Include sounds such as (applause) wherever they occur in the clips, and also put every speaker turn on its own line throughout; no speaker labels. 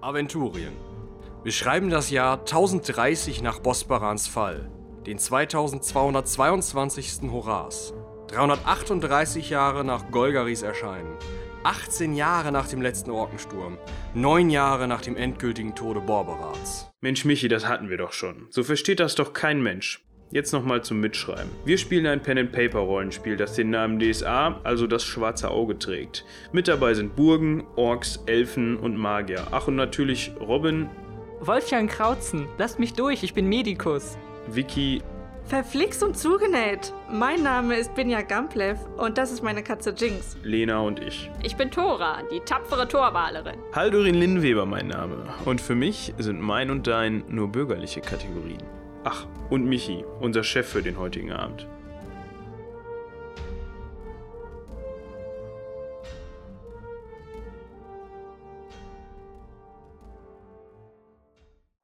Aventurien. Wir schreiben das Jahr 1030 nach Bosbarans Fall, den 2222. Horas, 338 Jahre nach Golgaris Erscheinen, 18 Jahre nach dem letzten Orkensturm, 9 Jahre nach dem endgültigen Tode Borberats.
Mensch Michi, das hatten wir doch schon. So versteht das doch kein Mensch. Jetzt nochmal zum Mitschreiben. Wir spielen ein Pen-and-Paper-Rollenspiel, das den Namen DSA, also das schwarze Auge, trägt. Mit dabei sind Burgen, Orks, Elfen und Magier. Ach, und natürlich Robin,
Wolfgang Krautzen, lasst mich durch, ich bin Medikus.
Vicky,
Verflixt und zugenäht. Mein Name ist Binja Gamplev und das ist meine Katze Jinx.
Lena und ich.
Ich bin Tora, die tapfere Torwalerin.
Haldurin Linnweber mein Name. Und für mich sind mein und dein nur bürgerliche Kategorien. Ach, und Michi, unser Chef für den heutigen Abend.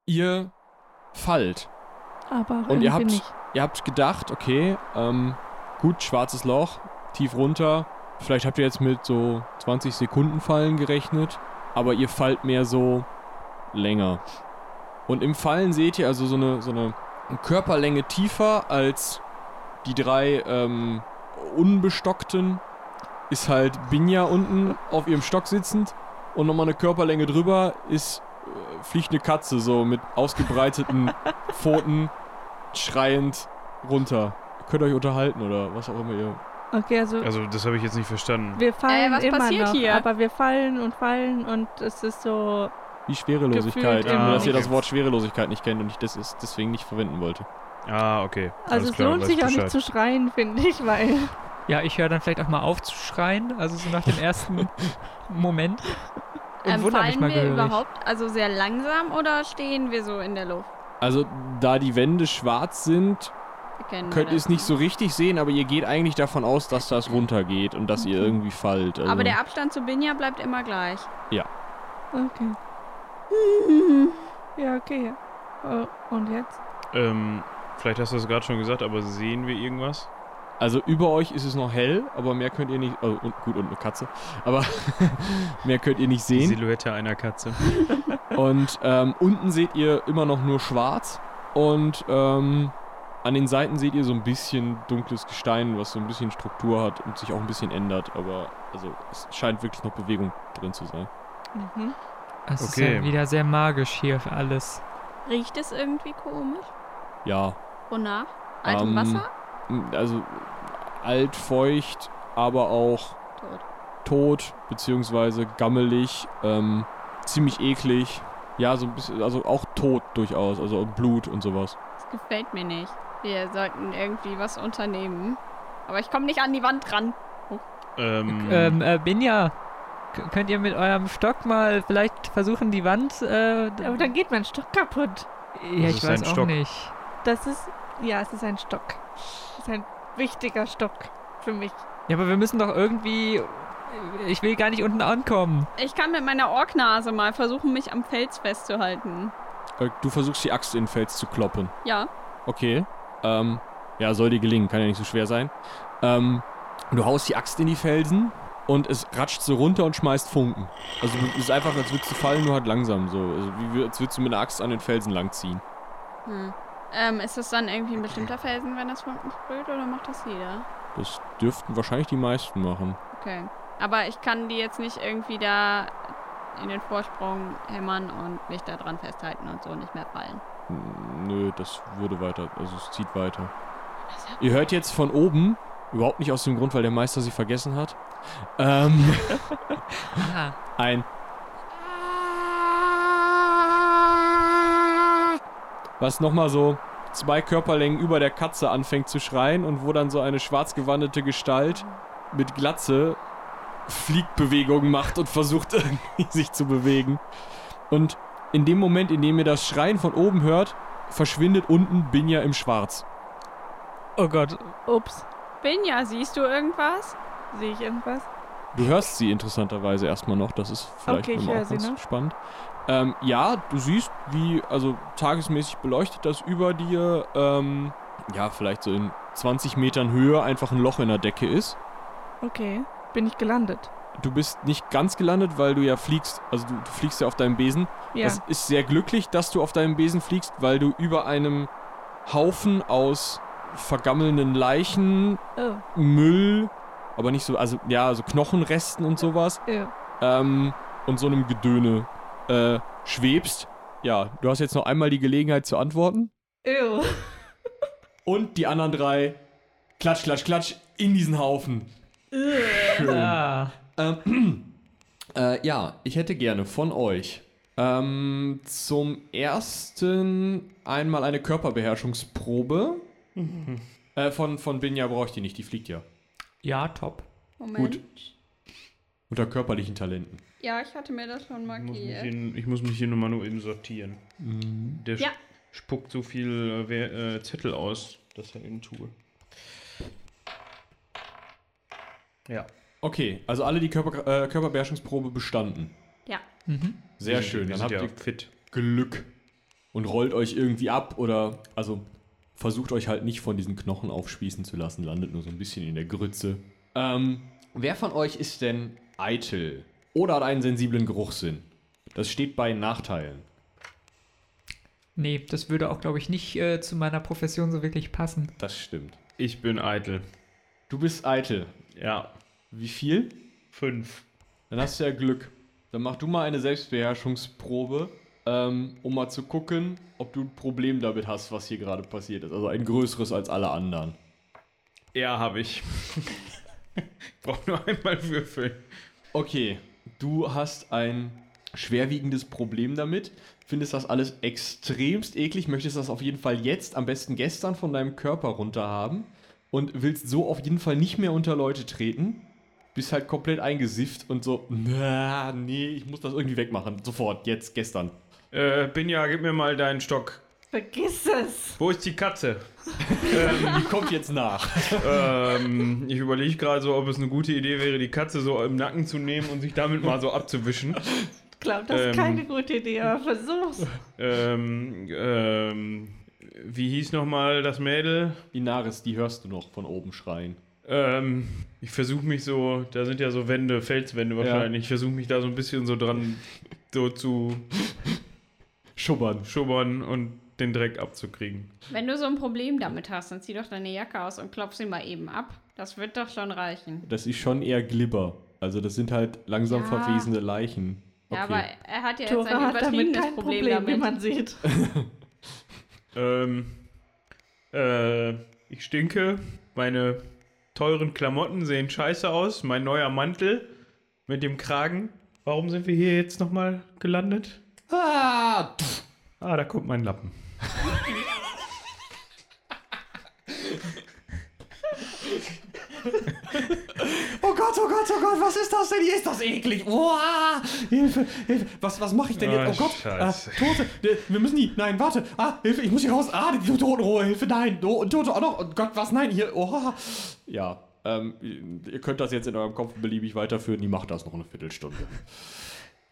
Ihr fallt.
Aber
Und
irgendwie
ihr habt,
nicht.
ihr habt gedacht, okay, ähm, gut, schwarzes Loch, tief runter. Vielleicht habt ihr jetzt mit so 20 Sekunden Fallen gerechnet, aber ihr fallt mehr so länger. Und im Fallen seht ihr also so eine, so eine Körperlänge tiefer als die drei ähm, Unbestockten. Ist halt Binja unten auf ihrem Stock sitzend und nochmal eine Körperlänge drüber ist äh, fliegt eine Katze so mit ausgebreiteten Pfoten schreiend runter. Ihr könnt euch unterhalten oder was auch immer ihr.
Okay, also,
Also, das habe ich jetzt nicht verstanden.
wir fallen
Äh, was
immer
passiert
noch,
hier?
aber wir fallen und fallen und es ist so. also
Die Schwerelosigkeit.
Gefühlt
Nur,
immer
dass ihr
nicht.
das Wort Schwerelosigkeit nicht kennt und ich das ist deswegen nicht verwenden wollte.
Ah, okay.
Also
Alles
es
klar,
lohnt
weiß
sich auch
Bescheid.
nicht zu schreien, finde ich, weil
Ja, ich höre dann vielleicht auch mal auf zu schreien, also so
(laughs)
nach dem ersten Moment. Und
Ähm,
wundere mich
fallen
mal
wir
gehörig.
überhaupt also sehr langsam oder stehen wir so in der Luft?
Also, da die Wände schwarz sind,
Wir kennen
könnt ihr
das
es nicht so richtig sehen, aber ihr geht eigentlich davon aus, dass das runtergeht und dass ihr irgendwie fallt. Also,
Aber der Abstand zu Binja bleibt immer gleich.
Okay. Ja, okay. Äh, und jetzt?
Ähm, vielleicht hast du es gerade schon gesagt, aber sehen wir irgendwas?
also über euch ist es noch hell, aber mehr könnt ihr nicht. Also, und, gut, und eine Katze. Aber (laughs) mehr könnt ihr nicht
Die
sehen.
Silhouette einer Katze.
Und ähm, unten seht ihr immer noch nur schwarz. Und ähm, an den Seiten seht ihr so ein bisschen dunkles Gestein, was so ein bisschen Struktur hat und sich auch ein bisschen ändert. Aber also es scheint wirklich noch Bewegung drin zu sein.
Mhm.
Es ist
Okay.
ja wieder sehr magisch hier für alles.
Riecht es irgendwie komisch?
Ja.
Wonach? Altem
ähm,
Wasser?
m, Also alt, feucht, aber auch
Tot.
tot, beziehungsweise gammelig, ähm, ziemlich eklig. Ja, so ein bisschen, also auch tot durchaus, also Blut und sowas.
Das gefällt mir nicht. Wir sollten irgendwie was unternehmen. Aber ich komme nicht an die Wand ran.
Ähm,
Ähm, äh, Binja, k- könnt ihr mit eurem Stock mal vielleicht versuchen, die Wand. Äh, d-
Aber dann geht mein Stock kaputt.
ja,
Das
ich
ist ein
weiß auch
Stock.
nicht.
Das ist. Ja, es ist ein Stock. Es ist ein wichtiger Stock für mich.
Ja, aber wir müssen doch irgendwie. Ich will gar nicht unten ankommen.
Ich kann mit meiner Orknase mal versuchen, mich am Fels festzuhalten.
Äh, Du versuchst die Axt in den Fels zu kloppen.
Ja.
Okay. Ähm, ja, soll dir gelingen, kann ja nicht so schwer sein. Ähm, du haust die Axt in die Felsen und es ratscht so runter und schmeißt Funken. Also du- es ist einfach, als würdest du fallen, nur halt langsam so. Also wie als würdest du mit einer Axt an den Felsen langziehen.
Hm. Ähm, ist das dann irgendwie ein bestimmter Felsen, wenn das Funken sprüht, oder macht das jeder?
Das dürften wahrscheinlich die meisten machen.
Okay. Aber ich kann die jetzt nicht irgendwie da in den Vorsprung hämmern und mich da dran festhalten und so nicht mehr fallen.
N- Nö, das würde weiter, also es zieht weiter.
Das hat-
Ihr hört jetzt von oben, überhaupt nicht aus dem Grund, weil der Meister sie vergessen hat, ähm,
Ah,
ein. Was nochmal so zwei Körperlängen über der Katze anfängt zu schreien und wo dann so eine schwarz gewandete Gestalt mit Glatze Fliegbewegungen macht und versucht (laughs) irgendwie sich zu bewegen. Und in dem Moment, in dem ihr das Schreien von oben hört, verschwindet unten Binja im Schwarz.
oh Gott.
Ups.
Binja, siehst du irgendwas?
Sehe ich irgendwas?
Du hörst sie interessanterweise erstmal noch, das ist vielleicht
Okay, ich
immer
höre
auch
sie
ganz
noch.
spannend. Ähm, ja, du siehst, wie, also tagesmäßig beleuchtet das über dir, ähm, ja, vielleicht so in 20 Metern Höhe einfach ein Loch in der Decke ist.
Okay. Bin ich gelandet?
Du bist nicht ganz gelandet, weil du ja fliegst. Also du, du fliegst ja auf deinem Besen.
Ja.
Das ist sehr glücklich, dass du auf deinem Besen fliegst, weil du über einem Haufen aus vergammelnden Leichen,
Oh,
Müll, aber nicht so, also ja, so Knochenresten und sowas
ja.
ähm, und so einem Gedöne äh, schwebst. Ja, du hast jetzt noch einmal die Gelegenheit zu antworten.
Ew.
Und die anderen drei klatsch, klatsch, klatsch in diesen Haufen.
Oh.
Ah.
Äh, ja, ich hätte gerne von euch ähm, zum ersten einmal eine Körperbeherrschungsprobe.
Mhm.
äh, von, von Binja brauche ich die nicht, die fliegt ja.
Ja, top.
Moment.
Unter körperlichen Talenten.
Ja, ich hatte mir das schon
Ich muss mich
markiert.
hier, Mhm. ich muss mich hier nochmal nur eben sortieren. Der
Ja.
spuckt so viel äh, wer- äh, Zettel aus, dass er eben tue. Ja.
Okay, also alle die Körper, äh, Körperbeherrschungsprobe bestanden.
Ja.
Sehr
Wir sind-
schön,
wir
dann
sind
habt
ja
ihr
fit.
Glück und rollt euch irgendwie ab oder also versucht euch halt nicht von diesen Knochen aufspießen zu lassen, landet nur so ein bisschen in der Grütze. Ähm, wer von euch ist denn eitel oder hat einen sensiblen Geruchssinn? Das steht bei Nachteilen.
Nee, das würde auch, glaube ich, nicht äh, zu meiner Profession so wirklich passen.
Das stimmt.
Ich bin eitel.
Du bist eitel.
Ja.
Wie viel?
Fünf.
Dann hast du ja Glück. Dann mach du mal eine Selbstbeherrschungsprobe, ähm, um mal zu gucken, ob du ein Problem damit hast, was hier gerade passiert ist. Also ein größeres als alle anderen.
Ja, habe ich. (laughs) Brauch nur einmal würfeln.
Okay, du hast ein schwerwiegendes Problem damit, findest das alles extremst eklig, möchtest das auf jeden Fall jetzt, am besten gestern, von deinem Körper runter haben und willst so auf jeden Fall nicht mehr unter Leute treten. Bist halt komplett eingesifft und so, na, nee, ich muss das irgendwie wegmachen. Sofort, jetzt, gestern.
Äh, Binja, gib mir mal deinen Stock.
Vergiss es.
Wo ist die Katze?
Die kommt jetzt nach.
ähm, ich überlege gerade so, ob es eine gute Idee wäre, die Katze so im Nacken zu nehmen und sich damit mal so abzuwischen.
Ich glaube, das
Ähm.
ist keine gute Idee, aber versuch's.
Ähm, ähm, wie hieß nochmal das Mädel?
Inaris, die hörst du noch von oben schreien.
Ähm, ich versuche mich so, da sind ja so Wände, Felswände wahrscheinlich. Ich versuche mich da so ein bisschen so dran so zu
Schubbern.
schubbern und den Dreck abzukriegen.
Wenn du so ein Problem damit hast, dann zieh doch deine Jacke aus und klopf sie mal eben ab. Das wird doch schon reichen.
Das ist schon eher Glibber. Also das sind halt langsam
Ja.
verwesende Leichen.
Ja, aber er hat ja jetzt
Tora
ein
hat damit
übertriebenes
kein
Problem,
Problem, wie
damit.
man sieht.
Ähm, äh, ich stinke. Meine teuren Klamotten sehen scheiße aus. Mein neuer Mantel mit dem Kragen. Warum sind wir hier jetzt nochmal gelandet?
Ah,
Ah, da kommt mein Lappen.
Oh Gott, oh Gott, oh Gott, was ist das denn? Hier ist das eklig. Uah, Hilfe, Hilfe. Was, was mache ich denn
Ah,
jetzt? Oh Gott,
Scheiße.
Ah, Tote, Ne, wir müssen die. Nein, warte. Ah, Hilfe, ich muss hier raus. Ah, die Totenruhe, Hilfe, nein. Oh, Tote auch noch. Oh Gott, was, nein, hier. Oha. Ja, ähm, ihr könnt das jetzt in eurem Kopf beliebig weiterführen. Die macht das noch eine Viertelstunde.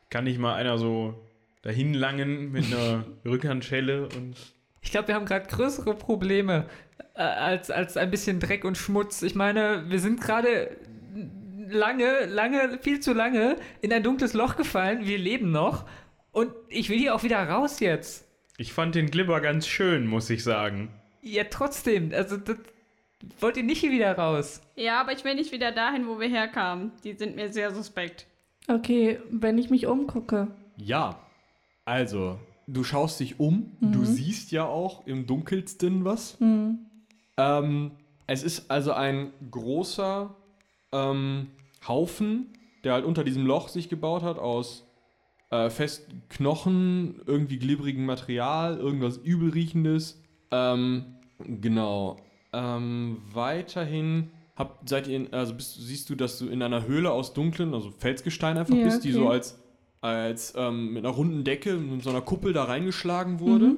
Kann nicht mal einer so dahin langen mit einer Rückhandschelle und.
Ich glaube, wir haben gerade größere Probleme äh, als, als ein bisschen Dreck und Schmutz. Ich meine, wir sind gerade lange, lange, viel zu lange in ein dunkles Loch gefallen. Wir leben noch. Und ich will hier auch wieder raus jetzt.
Ich fand den Glibber ganz schön, muss ich sagen.
Ja, trotzdem. Also, das wollt ihr nicht hier wieder raus.
Ja, aber ich will nicht wieder dahin, wo wir herkamen. Die sind mir sehr suspekt.
Okay, wenn ich mich umgucke.
Ja, also, du schaust dich um,
Mhm.
du siehst ja auch im dunkelsten was. Ähm, es ist also ein großer ähm, Haufen, der halt unter diesem Loch sich gebaut hat aus äh, festen Knochen, irgendwie glibberigem Material, irgendwas übelriechendes. Ähm, genau. Ähm, weiterhin habt, seid ihr, in, also bist, siehst du, dass du in einer Höhle aus dunklen, also Felsgestein einfach
Ja,
bist, die so
okay.
als, als ähm, mit einer runden Decke, mit so einer Kuppel da reingeschlagen wurde.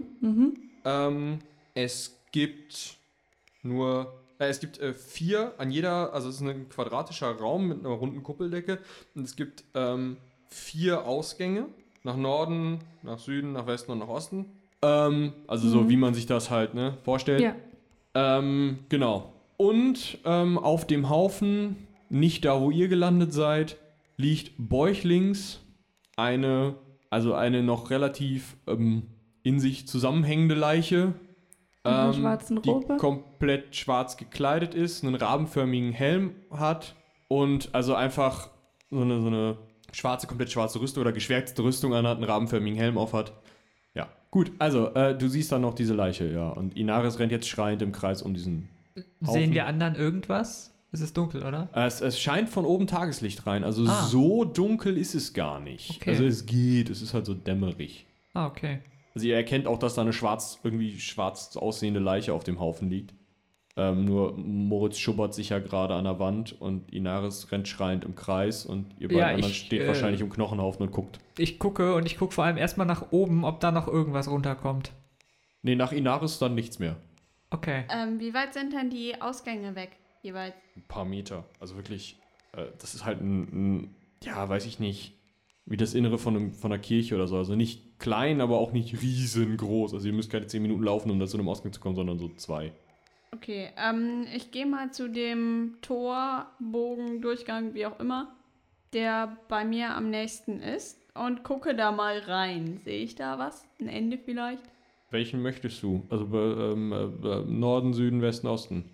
Ähm, es gibt nur, äh, es gibt äh, vier an jeder, also es ist ein quadratischer Raum mit einer runden Kuppeldecke und es gibt ähm, vier Ausgänge nach Norden, nach Süden, nach Westen und nach Osten. Ähm, also
Mhm.
so wie man sich das halt ne, vorstellt.
Ja.
Ähm, genau. Und ähm, auf dem Haufen, nicht da, wo ihr gelandet seid, liegt bäuchlings eine, also eine noch relativ ähm, in sich zusammenhängende Leiche,
einer
ähm,
schwarzen
die
Robe?
komplett schwarz gekleidet ist, einen rabenförmigen Helm hat und also einfach so eine, so eine schwarze, komplett schwarze Rüstung oder geschwärzte Rüstung anhat, einen rabenförmigen Helm aufhat. Ja, gut, also äh, du siehst dann noch diese Leiche, ja. Und Inaris rennt jetzt schreiend im Kreis um diesen Haufen.
Sehen wir anderen irgendwas? Es ist dunkel, oder?
Äh, Es, es scheint von oben Tageslicht rein. Also
Ah.
so dunkel ist es gar nicht.
Okay.
Also es geht, es ist halt so dämmerig.
Ah, okay.
Also ihr erkennt auch, dass da eine schwarz, irgendwie schwarz aussehende Leiche auf dem Haufen liegt. Ähm, nur Moritz schubbert sich ja gerade an der Wand und Inaris rennt schreiend im Kreis und ihr beiden
Ja,
anderen
ich,
steht
äh,
wahrscheinlich im Knochenhaufen und guckt.
Ich gucke und ich gucke vor allem erstmal nach oben, ob da noch irgendwas runterkommt.
Nee, nach Inaris dann nichts mehr.
Okay.
Ähm, wie weit sind denn die Ausgänge weg jeweils?
Ein paar Meter. Also wirklich, äh, das ist halt ein, ein, ja, weiß ich nicht, wie das Innere von, einem, von einer Kirche oder so. Also nicht klein, aber auch nicht riesengroß. Also ihr müsst keine 10 Minuten laufen, um da zu einem Ausgang zu kommen, sondern so zwei.
Okay, ähm, ich gehe mal zu dem Tor, Bogen, Durchgang, wie auch immer, der bei mir am nächsten ist und gucke da mal rein. Sehe ich da was? Ein Ende vielleicht?
Welchen möchtest du? Also be- ähm, äh, äh, Norden, Süden, Westen, Osten.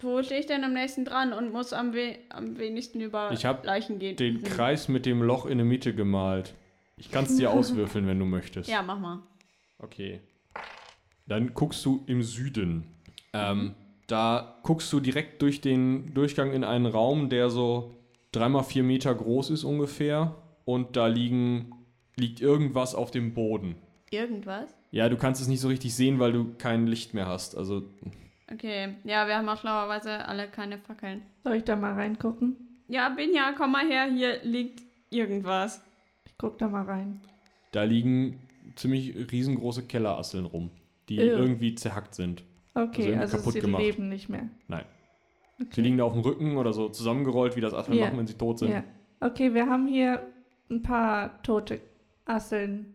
Wo stehe ich denn am nächsten dran und muss am, we am wenigsten über
Ich hab
Leichen gehen?
Den
Hm.
Kreis mit dem Loch in der Mitte gemalt. Ich kann es dir auswürfeln, wenn du möchtest.
Ja, mach mal.
Okay. Dann guckst du im Süden. Ähm, da guckst du direkt durch den Durchgang in einen Raum, der so 3x4 Meter groß ist ungefähr. Und da liegen, liegt irgendwas auf dem Boden.
Irgendwas?
Ja, du kannst es nicht so richtig sehen, weil du kein Licht mehr hast. Also,
Okay, ja, wir haben auch schlauerweise alle keine Fackeln.
Soll ich da mal reingucken?
Ja, Binja, komm mal her, hier liegt irgendwas.
Ich guck da mal rein.
da liegen ziemlich riesengroße Kellerasseln rum, die
Ew.
irgendwie zerhackt sind.
Okay,
Also,
also,
kaputt
sie
gemacht.
leben nicht mehr.
Nein. Die liegen da auf dem Rücken oder so zusammengerollt, wie das Asseln
Ja.
machen, wenn sie tot sind.
Ja. Okay, wir haben hier ein paar tote Asseln.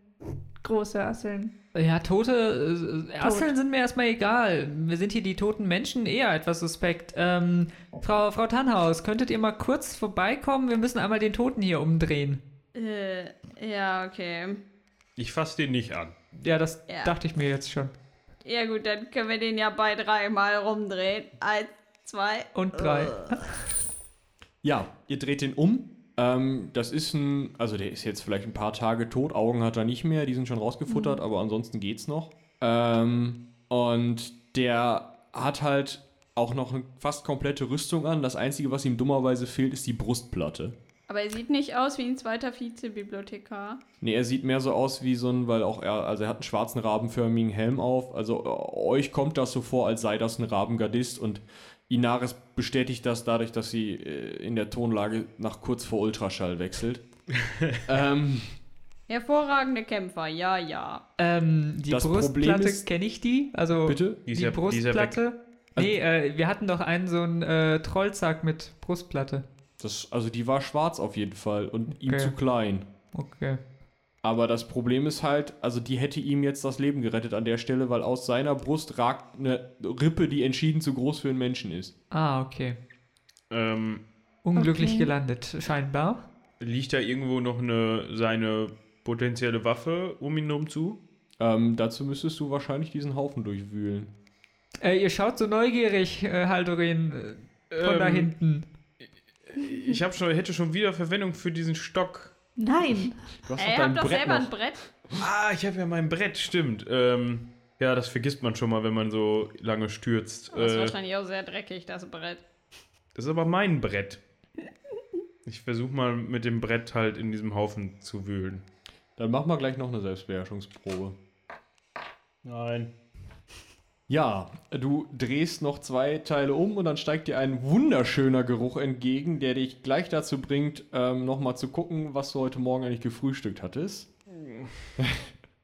Große Asseln.
Ja, tote äh, Asseln sind mir erstmal egal. Wir sind hier die toten Menschen eher etwas suspekt. Ähm, Frau, Frau Tannhaus, könntet ihr mal kurz vorbeikommen? Wir müssen einmal den Toten hier umdrehen.
Äh, ja, okay.
Ich fasse den nicht an.
Ja, das
Ja.
dachte ich mir jetzt schon.
Ja gut, dann können wir den ja bei drei Mal rumdrehen. Eins, zwei.
Und drei.
Ja, ihr dreht den um. Ähm, das ist ein, also der ist jetzt vielleicht ein paar Tage tot, Augen hat er nicht mehr, die sind schon rausgefuttert, aber ansonsten geht's noch. Ähm, und der hat halt auch noch eine fast komplette Rüstung an. Das Einzige, was ihm dummerweise fehlt, ist die Brustplatte.
Aber er sieht nicht aus wie ein zweiter Vizebibliothekar.
Nee, er sieht mehr so aus wie so ein, weil auch er, also er hat einen schwarzen rabenförmigen Helm auf. Also äh, euch kommt das so vor, als sei das ein Rabengardist und Inaris bestätigt das dadurch, dass sie äh, in der Tonlage nach kurz vor Ultraschall wechselt. ähm,
Hervorragende Kämpfer, ja, ja.
Ähm, die
Das Problem
Brustplatte,
ist-
kenne ich die? Also
bitte?
die
Die ist ja- die ist ja weg.
Brustplatte. Nee, äh, wir hatten doch einen so einen äh, Trollzack mit Brustplatte.
Das, also die war schwarz auf jeden Fall und ihm
Okay.
zu klein.
Okay.
Aber das Problem ist halt, also die hätte ihm jetzt das Leben gerettet an der Stelle, weil aus seiner Brust ragt eine Rippe, die entschieden zu groß für einen Menschen ist.
Ah, okay.
Ähm,
Unglücklich
Okay.
gelandet, scheinbar.
liegt da irgendwo noch eine seine potenzielle Waffe um ihn herum zu?
Ähm, dazu müsstest du wahrscheinlich diesen Haufen durchwühlen.
Äh, ihr schaut so neugierig, äh, Haldorin, äh, von da
Ähm,
hinten.
Ich hab schon, hätte schon wieder Verwendung für diesen Stock.
(laughs)
Nein!
Du hast
Ey, Äh, ihr habt doch selber ein Brett.
Ah, ich habe ja mein Brett, stimmt. Ähm, ja, das vergisst man schon mal, wenn man so lange stürzt.
Das ist
Äh,
wahrscheinlich auch sehr dreckig, das Brett.
das ist aber mein Brett. Ich versuche mal mit dem Brett halt in diesem Haufen zu wühlen.
Dann machen wir gleich noch eine Selbstbeherrschungsprobe.
Nein.
Ja, du drehst noch zwei Teile um und dann steigt dir ein wunderschöner Geruch entgegen, der dich gleich dazu bringt, ähm, nochmal zu gucken, was du heute Morgen eigentlich gefrühstückt hattest.
(laughs)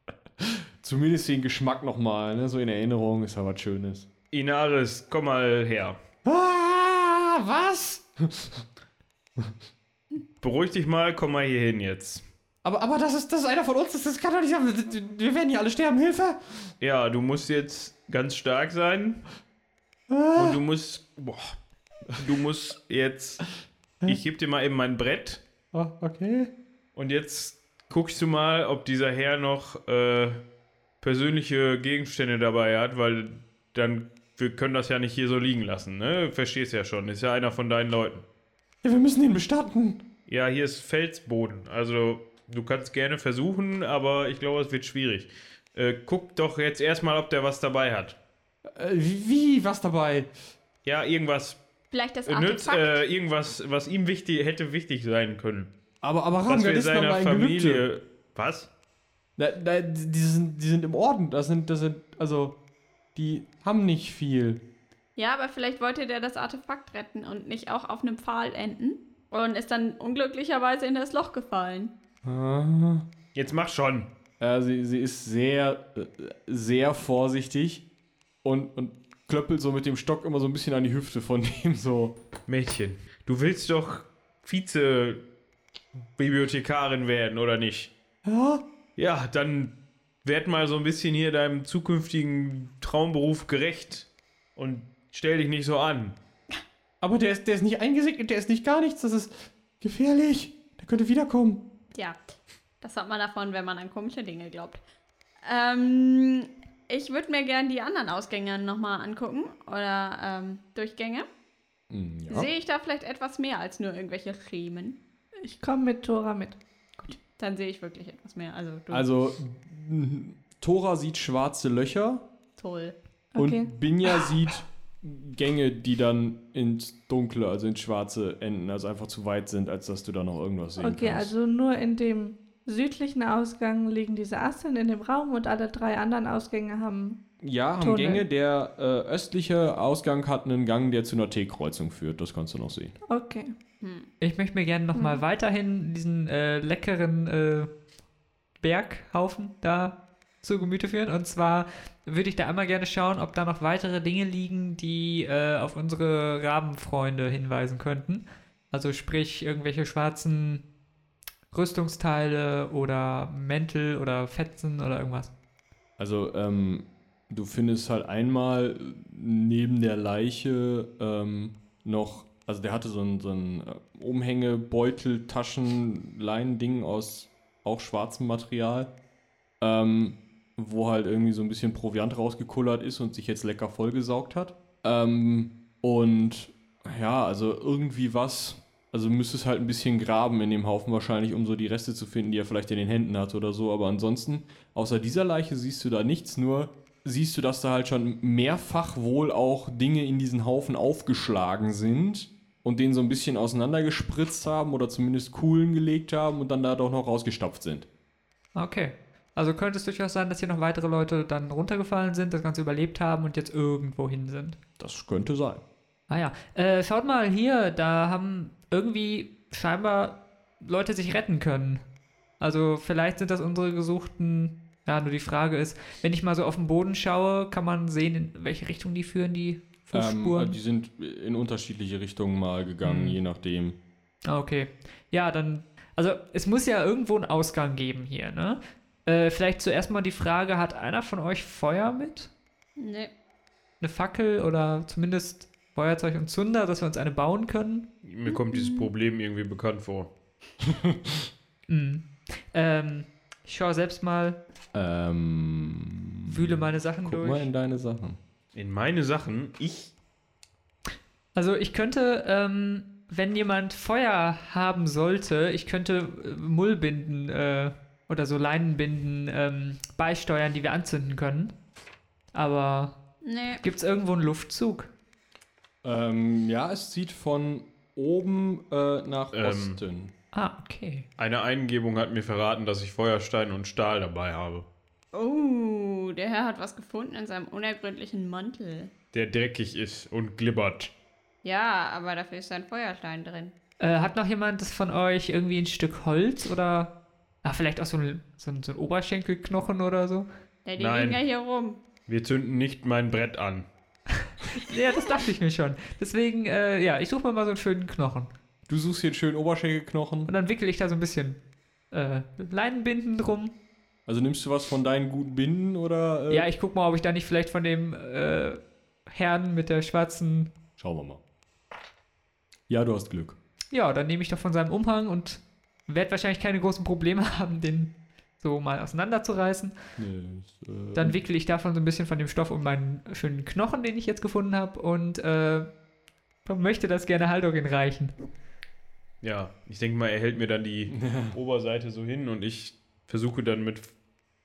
Zumindest den Geschmack nochmal, ne? so in Erinnerung ist ja was Schönes.
Inaris, komm mal her.
Ah, was?
Beruhig dich mal, komm mal hier hin jetzt.
Aber, aber das, ist, das ist einer von uns, das, das kann doch nicht sein. Wir- Wir werden hier alle sterben, Hilfe!
Ja, du musst jetzt ganz stark sein. Und du musst. Boah, du musst jetzt Ich gebe dir mal eben mein Brett
Ah, okay.
und jetzt guckst du mal, ob dieser Herr noch äh, persönliche Gegenstände dabei hat, weil dann wir können das ja nicht hier so liegen lassen, ne? Verstehst ja schon, ist ja einer von deinen Leuten.
Ja, wir müssen ihn bestatten.
Ja, hier ist Felsboden. Also, du kannst gerne versuchen, aber ich glaube, es wird schwierig. Äh, guck doch jetzt erstmal, ob der was dabei hat.
Äh, wie, was dabei?
Ja, irgendwas
Vielleicht das
äh, nütz,
Artefakt.
äh, irgendwas, was ihm wichtig hätte wichtig sein können.
Aber, aber
Was
Ramgard
wir
ist noch mal
seiner
ein Gelübde.
Familie. Was?
Na, na, die, sind, die sind im Orden. Das sind, das sind, also, die haben nicht viel.
Ja, aber vielleicht wollte der das Artefakt retten und nicht auch auf einem Pfahl enden. Und ist dann unglücklicherweise in das Loch gefallen.
Ah.
Jetzt mach schon.
Äh, sie, sie ist sehr, äh, sehr vorsichtig und, und klöppelt so mit dem Stock immer so ein bisschen an die Hüfte von (laughs) dem so.
Mädchen, du willst doch Vize-Bibliothekarin werden, oder nicht?
Ja,
Ja, dann werd mal so ein bisschen hier deinem zukünftigen Traumberuf gerecht und stell dich nicht so an.
aber der ist, der ist nicht eingesegnet, der ist nicht gar nichts. Das ist gefährlich. Der könnte wiederkommen.
Tja, das hat man davon, wenn man an komische Dinge glaubt. Ähm, ich würde mir gern die anderen Ausgänge nochmal angucken. Oder ähm, Durchgänge.
Hm,
Sehe ich da vielleicht etwas mehr als nur irgendwelche Riemen?
Ich komme mit Tora mit.
Dann sehe ich wirklich etwas mehr. Also, du,
Also, m- Tora sieht schwarze Löcher
toll.
Okay.
und Binja sieht Gänge, die dann ins Dunkle, also ins Schwarze enden, also einfach zu weit sind, als dass du da noch irgendwas sehen
Okay,
kannst.
also nur in dem südlichen Ausgang liegen diese Asseln in dem Raum und alle drei anderen Ausgänge haben.
ja, haben
Tunnel.
Gänge. Der äh, östliche Ausgang hat einen Gang, der zu einer T-Kreuzung führt. Das kannst du noch sehen.
Okay.
Hm.
Ich möchte mir gerne nochmal
Hm.
mal weiterhin diesen äh, leckeren äh, Berghaufen da zu Gemüte führen. Und zwar würde ich da einmal gerne schauen, ob da noch weitere Dinge liegen, die äh, auf unsere Rabenfreunde hinweisen könnten. Also sprich irgendwelche schwarzen Rüstungsteile oder Mäntel oder Fetzen oder irgendwas.
Also, ähm, du findest halt einmal neben der Leiche ähm, noch, also der hatte so ein, so ein äh, Umhängebeutel, Taschen, Leinending aus auch schwarzem Material, ähm, wo halt irgendwie so ein bisschen Proviant rausgekullert ist und sich jetzt lecker vollgesaugt hat. Ähm, und ja, also irgendwie was, also müsstest halt ein bisschen graben in dem Haufen wahrscheinlich, um so die Reste zu finden, die er vielleicht in den Händen hat oder so, aber ansonsten Außer dieser Leiche siehst du da nichts, nur siehst du, dass da halt schon mehrfach wohl auch Dinge in diesen Haufen aufgeschlagen sind und den so ein bisschen auseinandergespritzt haben oder zumindest Kuhlen gelegt haben und dann da doch noch rausgestopft sind.
Okay. Also könnte es durchaus sein, dass hier noch weitere Leute dann runtergefallen sind, das Ganze überlebt haben und jetzt irgendwo hin sind.
Das könnte sein.
Ah ja, äh, schaut mal hier, da haben irgendwie scheinbar Leute sich retten können. Also vielleicht sind das unsere gesuchten. Ja, nur die Frage ist, wenn ich mal so auf den Boden schaue, kann man sehen, in welche Richtung die führen, die Fußspuren.
Ähm, die sind in unterschiedliche Richtungen mal gegangen, je nachdem.
ah, okay. Ja, dann. Also es muss ja irgendwo einen Ausgang geben hier, ne? Äh, vielleicht zuerst mal die Frage, hat einer von euch Feuer mit?
Nee.
Eine Fackel oder zumindest Feuerzeug und Zunder, dass wir uns eine bauen können?
Mir kommt dieses Problem irgendwie bekannt vor.
Mhm. Ähm, ich schaue selbst mal,
Ähm,
wühle meine Sachen
guck
durch.
mal in deine Sachen.
In meine Sachen, ich
Also ich könnte, ähm, wenn jemand Feuer haben sollte, ich könnte äh, Mullbinden äh, oder so Leinenbinden ähm, beisteuern, die wir anzünden können. Aber
Nee.
gibt es irgendwo einen Luftzug?
Ähm, ja, es zieht von oben äh, nach
Ähm,
Osten.
Ah, okay.
Eine Eingebung hat mir verraten, dass ich Feuerstein und Stahl dabei habe.
Oh, der Herr hat was gefunden in seinem unergründlichen Mantel.
Der dreckig ist und glibbert.
Ja, aber dafür ist ein Feuerstein drin.
Äh, hat noch jemand das von euch irgendwie ein Stück Holz oder... Ah, vielleicht auch so ein, so ein, so ein Oberschenkelknochen oder so?
Ja, die
Nein.
liegen ja hier rum.
Wir zünden nicht mein Brett an.
Ja, das dachte ich mir schon. Deswegen, äh, ja, ich suche mir mal so einen schönen Knochen.
Du suchst hier einen schönen Oberschenkelknochen.
Und dann wickel ich da so ein bisschen äh, Leinenbinden drum.
Also nimmst du was von deinen guten Binden oder? Äh?
Ja, ich guck mal, ob ich da nicht vielleicht von dem äh, Herrn mit der schwarzen.
Schauen wir mal. Ja, du hast Glück.
Ja, dann nehme ich doch von seinem Umhang und werde wahrscheinlich keine großen Probleme (laughs) haben, den so mal auseinanderzureißen.
Nee, das, äh,
Dann wickle ich davon so ein bisschen von dem Stoff um meinen schönen Knochen, den ich jetzt gefunden habe, und äh, möchte das gerne Haldorin reichen.
Ja, ich denke mal, er hält mir dann
(laughs)
die Oberseite so hin und ich versuche dann mit